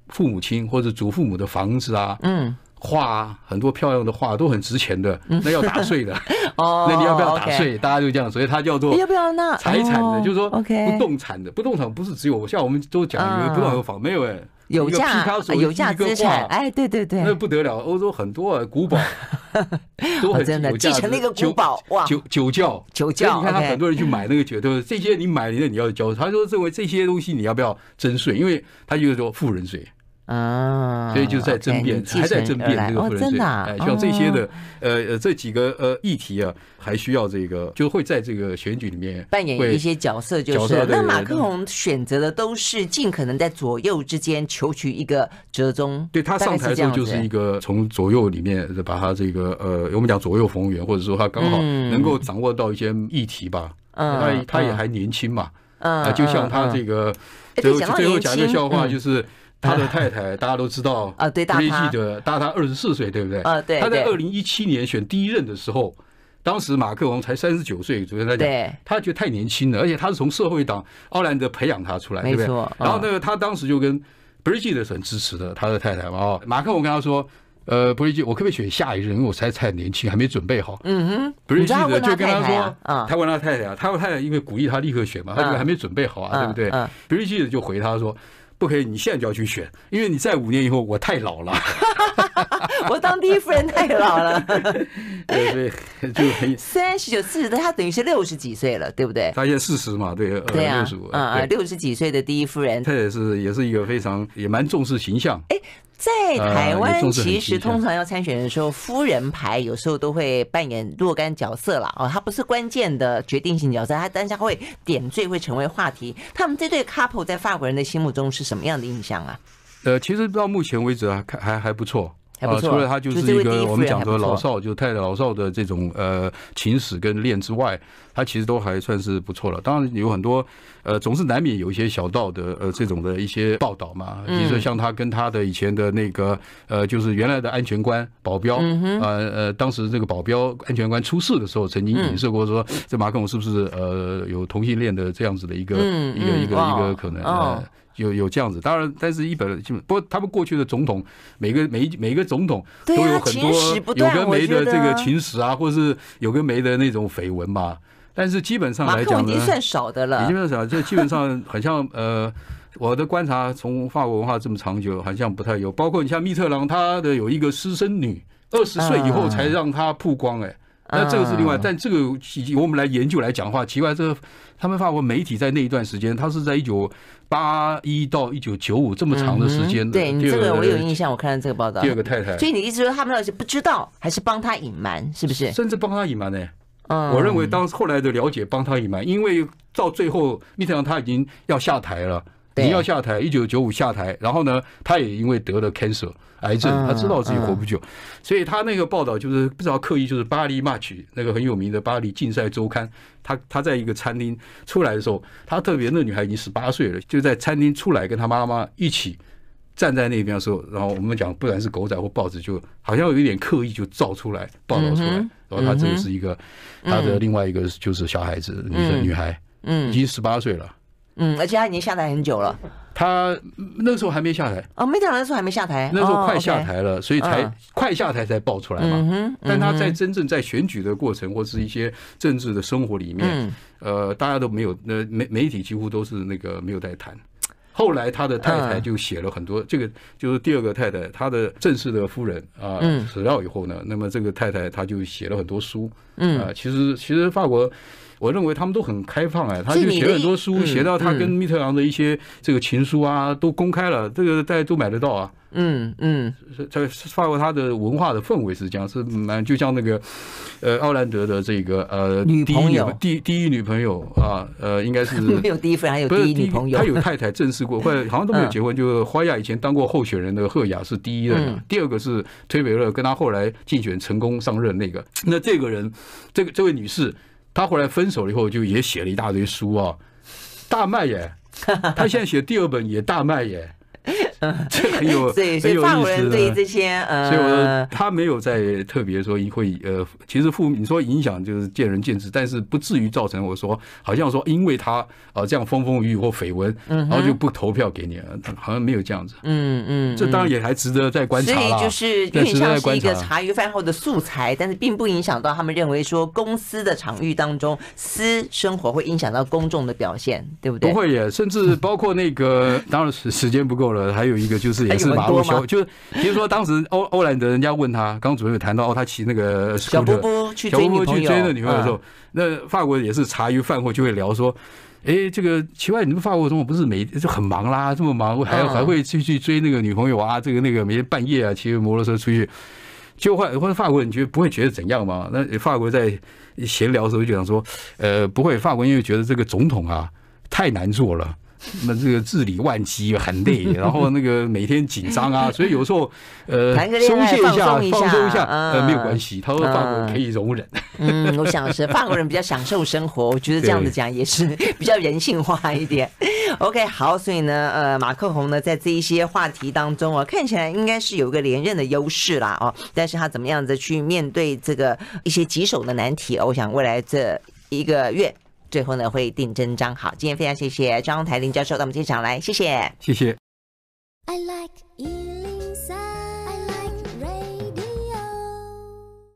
S2: 父母亲或者祖父母的房子啊，
S1: 嗯，
S2: 画啊，很多漂亮的画都很值钱的，那要打
S1: *laughs*
S2: 税的， *laughs*
S1: 哦，
S2: 那你要不要打
S1: OK？
S2: 税？大家就这样，所以它叫做
S1: 哎要不要那
S2: 财产的，
S1: 哦
S2: 就是说
S1: ，OK，
S2: 不动产的，不动产不是只有像我们都讲
S1: 嗯
S2: 有不动产有房，没有哎，
S1: 有
S2: 一个
S1: 价
S2: 皮卡索
S1: 有价资产，
S2: 一个画
S1: 哎，对对对，
S2: 那不得了，欧洲很多啊，
S1: *laughs*
S2: 古堡都
S1: 哦
S2: 很
S1: 真的
S2: 有价值
S1: 继承了一个古
S2: 酒
S1: 堡哇
S2: 酒酒窖，
S1: 酒窖
S2: 所以你看他
S1: OK
S2: 很多人去买那个酒，就是这些你买了你要交，他说认为这些东西你要不要征税，因为他就是说富人税。
S1: 啊，
S2: 所以就在
S1: OK，
S2: 争辩
S1: 你，继
S2: 还在
S1: 承
S2: 争
S1: 而
S2: 辩
S1: 来
S2: 这个
S1: 哦
S2: 富人
S1: 真
S2: 税。
S1: 的啊
S2: 哎，像这些
S1: 哦
S2: 的，呃呃，这几个呃议题啊，还需要这个，就会在这个选举里面
S1: 扮演
S2: 会
S1: 一些角色就
S2: 角
S1: 是
S2: 色
S1: 了。
S2: 对
S1: 那
S2: 对
S1: 马
S2: 对
S1: 克龙选择的都是尽可能在左右之间求取一个折中。
S2: 对他
S1: 大概
S2: 上台
S1: 是
S2: 的
S1: 这
S2: 时候
S1: 样
S2: 就是
S1: 子
S2: 一个从左右里面把他这个呃，我们讲左右逢源，或者说他刚好
S1: 嗯
S2: 能够掌握到一些议题吧。他也
S1: 嗯，
S2: 他也
S1: 嗯
S2: 还年轻嘛，
S1: 嗯
S2: 啊，就像他这
S1: 个
S2: 个
S1: 哎对
S2: 最后
S1: 讲到
S2: 最后
S1: 年
S2: 讲一个
S1: 轻
S2: 笑话，
S1: 嗯
S2: 就是他的太太大家都知
S1: *laughs*
S2: 道
S1: 啊对大
S2: 布列
S1: 他
S2: 记者大他二十四岁，对不对？
S1: 啊对
S2: 他
S1: 对
S2: 在二零一七年选第一任的时候，当时马克龙才三十九岁，昨天他讲。
S1: 对，
S2: 他觉得太年轻了，而且他是从社会党奥兰德培养他出来，对
S1: 没
S2: 不对？
S1: 错
S2: 然后
S1: 嗯
S2: 那个他当时就跟 Bridget 是很支持的，他的太太嘛哦，
S1: 嗯
S2: 马克龙跟他说，呃，Bridget，我可不可以选下一任？因为我才太年轻，还没准备好。
S1: 嗯
S2: 不
S1: 你
S2: 是
S1: 知道他问
S2: 就跟
S1: 他太太
S2: 说
S1: 啊嗯，
S2: 他问他太太啊，他太太因为鼓励他立刻选嘛，他这
S1: 嗯
S2: 个还没准备好啊，
S1: 嗯
S2: 对不对
S1: 嗯？
S2: 比利记者就回他说。不可以，你现在就要去选，因为你在五年以后我太
S1: *laughs*
S2: 老了， *laughs*
S1: 哼，我当第一夫人太老了， *laughs*
S2: 对对，所以就很
S1: 三十九、四十的，他等于是六十几岁了，对不对？
S2: 他现在四十嘛，对，
S1: 对
S2: 呃，
S1: 啊
S2: 六十五，，
S1: 嗯嗯，
S2: 对
S1: 六十几岁的第一夫人，
S2: 他也是也是一个非常也蛮重视形象，
S1: 在台
S2: 呃也
S1: 湾
S2: 重视很
S1: 其实
S2: 形象
S1: 通常要参选的时候，夫人牌有时候都会扮演若干角色啦。哦，她不是关键的决定性角色，她但是她会点缀，会成为话题。他们这对 couple 在法国人的心目中是什么样的印象啊？
S2: 呃，其实到目前为止啊，看还还不错。
S1: 还不
S2: 啊
S1: 错
S2: 除了他就
S1: 就是这位
S2: 一
S1: 第一
S2: 个
S1: 夫
S2: 我们
S1: 人
S2: 讲
S1: 还
S2: 的
S1: 不错
S2: 老少，就是太太老少的这种呃情史跟恋之外，他其实都还算是不错了。当然有很多呃，总是难免有一些小道的呃这种的一些报道嘛，
S1: 嗯
S2: 比如说像他跟他的以前的那个呃，就是原来的安全官保镖，
S1: 嗯
S2: 呃呃，当时这个保镖安全官出事的时候，曾经
S1: 嗯
S2: 影射过说，这马克龙是不是呃有同性恋的这样子的一个
S1: 嗯
S2: 一个
S1: 嗯
S2: 一个
S1: 哇
S2: 一个可能
S1: 哦
S2: 呃。有有这样子，当然，但是一本基本不过他们过去的总统，每个每一每一个总统
S1: 对
S2: 都
S1: 啊
S2: 有很多
S1: 情史不
S2: 有
S1: 断
S2: 跟没
S1: 我觉
S2: 的
S1: 得
S2: 这
S1: 啊
S2: 个情史啊，或是有跟没的那种绯闻嘛。但是基本上
S1: 马
S2: 来
S1: 克龙
S2: 讲
S1: 已
S2: 呢，
S1: 经算少的
S2: 已
S1: 了
S2: 经，没有想，这基本上很像呃，我的观察从法国文化这么长久，好像不太有。包括你像密特朗，他的有一个私生女，二十岁以
S1: 嗯
S2: 后才让她曝光、哎、那这个是另外，但这个以及我们来研究来讲的话，奇怪，这个他们法国媒体在那一段时间，他是在一九八一到一九九五这么长的时间、
S1: 嗯对你这
S2: 第
S1: 个
S2: 二
S1: 我有印象，我看到这个报道
S2: 第。二个太太
S1: 所。以你的意思说他们到底是不知道，还是帮他隐瞒，是不是？
S2: 甚至帮他隐瞒呢、
S1: 嗯，
S2: 我认为当后来的了解帮他隐瞒，因为到最后密特朗他已经要下台了。已
S1: 对
S2: 经要下台，一九九五下台，然后呢，他也因为得了 cancer 癌症
S1: 嗯，
S2: 他知道自己活不久，所以他那个报道就是不知道刻意就是巴黎 match 那个很有名的巴黎竞赛周刊，他他在一个餐厅出来的时候，他特别那女孩已经十八岁了，就在餐厅出来跟他妈妈一起站在那边的时候，然后我们讲不管是狗仔或报纸，就好像有一点刻意就照出来报道出来，
S1: 嗯
S2: 然后他这
S1: 嗯哼
S2: 个是一个。他的另外一个就是小孩子，女
S1: 嗯
S2: 生女孩，已
S1: 嗯
S2: 经十八岁了。
S1: 嗯，而且他已经下台很久了。他
S2: 那时候还没下台，
S1: 哦，没想到那时候还没下台，
S2: 那时候
S1: 哦
S2: 快下
S1: ，OK。
S2: 台了，所以才
S1: 嗯
S2: 快下台才爆出来
S1: 嗯
S2: 嘛。
S1: 哼，
S2: 但他
S1: 嗯
S2: 在
S1: 哼
S2: 真正在选举的过程或是一些政治的生活里面，
S1: 嗯
S2: 呃，大家都没有，呃，媒媒体几乎都是那个没有在谈。后来他的太太
S1: 嗯
S2: 就写了很多，这个就是第二个太太，她的正式的夫人啊
S1: 嗯，
S2: 死掉以后呢，那么这个太太她就写了很多书，
S1: 嗯
S2: 啊，其实其实法国我认为他们都很开放哎，他
S1: 所以
S2: 就
S1: 你
S2: 写
S1: 的
S2: 了很
S1: 意
S2: 多书，
S1: 嗯
S2: 写到他
S1: 嗯
S2: 跟密特朗的一些这个情书啊，都公开了，这个大家都买得到啊。
S1: 嗯嗯
S2: 在法国，它的文化的氛围是这样，是蛮就像那个，呃，奥兰德的这个呃
S1: 女
S2: 第一
S1: 朋友
S2: 第第一女朋友啊，呃，应该是
S1: *laughs* 没有第一夫人，还有
S2: 不
S1: 第
S2: 是
S1: 一女朋友嗯
S2: 他。有太太正
S1: *laughs*
S2: 式过，或者好像都没有结婚。就花亚以前当过候选人的赫雅是第一任
S1: 嗯，
S2: 第二个是推维勒，跟他后来竞选成功上任那个。那这个人，这个这位女士，她后来分手了以后，就也写了一大堆书啊，大卖
S1: *laughs*
S2: 耶。她现在写第二本也大卖耶，这很有
S1: 所以，所
S2: 很
S1: 以
S2: 有
S1: 法国
S2: 意思
S1: 人对于
S2: 的。
S1: 这些
S2: 所以我说
S1: 呃，
S2: 他没有在特别说会呃，其实负你说影响就是见仁见智，但是不至于造成我说好像说因为他啊这样风风雨雨或绯闻，然后就不投票给你，呃好像没有这样子。
S1: 嗯嗯，
S2: 这
S1: 嗯
S2: 当然也还值得再观察
S1: 所以
S2: 啦。
S1: 就是有
S2: 这
S1: 点
S2: 值得
S1: 像
S2: 再
S1: 是
S2: 观
S1: 一个
S2: 察
S1: 茶余饭后的素材，但是并不影响到他们认为说公司的场域当中，私生活会影响到公众的表现，对不对？
S2: 不会耶，甚至包括那个，当然时时间不够了，还有一个就是也是
S1: 还有很
S2: 马路
S1: 多吗
S2: 修，就是比如说当时欧欧兰德人家问他，刚主任有谈到哦，他骑那个
S1: 小
S2: scooter，
S1: 波波去
S2: 小
S1: 追
S2: 波
S1: 女
S2: 波
S1: 朋
S2: 去
S1: 友，
S2: 追那女朋友的时候，
S1: 嗯
S2: 那法国也是茶余饭后就会聊说，哎，这个奇怪，你们法国总统不是每就很忙啦，这么忙还、
S1: 嗯
S2: 还会去去追那个女朋友啊，这个那个每天半夜啊骑摩托车出去。就会或者法国人觉得不会觉得怎样嘛？啊那法国在闲聊的时候就想说，呃，不会，法国因为觉得这个总统啊太难做了，那这个治理万机很累，然后那个每天紧张啊，所以有时候呃
S1: *laughs* 谈个恋
S2: 松
S1: 爱
S2: 懈一下，
S1: 放松一下
S2: 放松一下，呃，没有
S1: 嗯
S2: 关系。他说法国人可以容忍。
S1: 嗯，我想是法国人比较享受生活，我觉得这样子讲也是比较人性化一点。OK，好，所以呢，呃，马克宏呢，在这一些话题当中啊，看起来应该是有一个连任的优势啦，哦，但是他怎么样子去面对这个一些棘手的难题，哦我想未来这一个月最后呢会定真章。好，今天非常谢谢张台林教授到我们现场来，谢谢。
S2: 谢谢。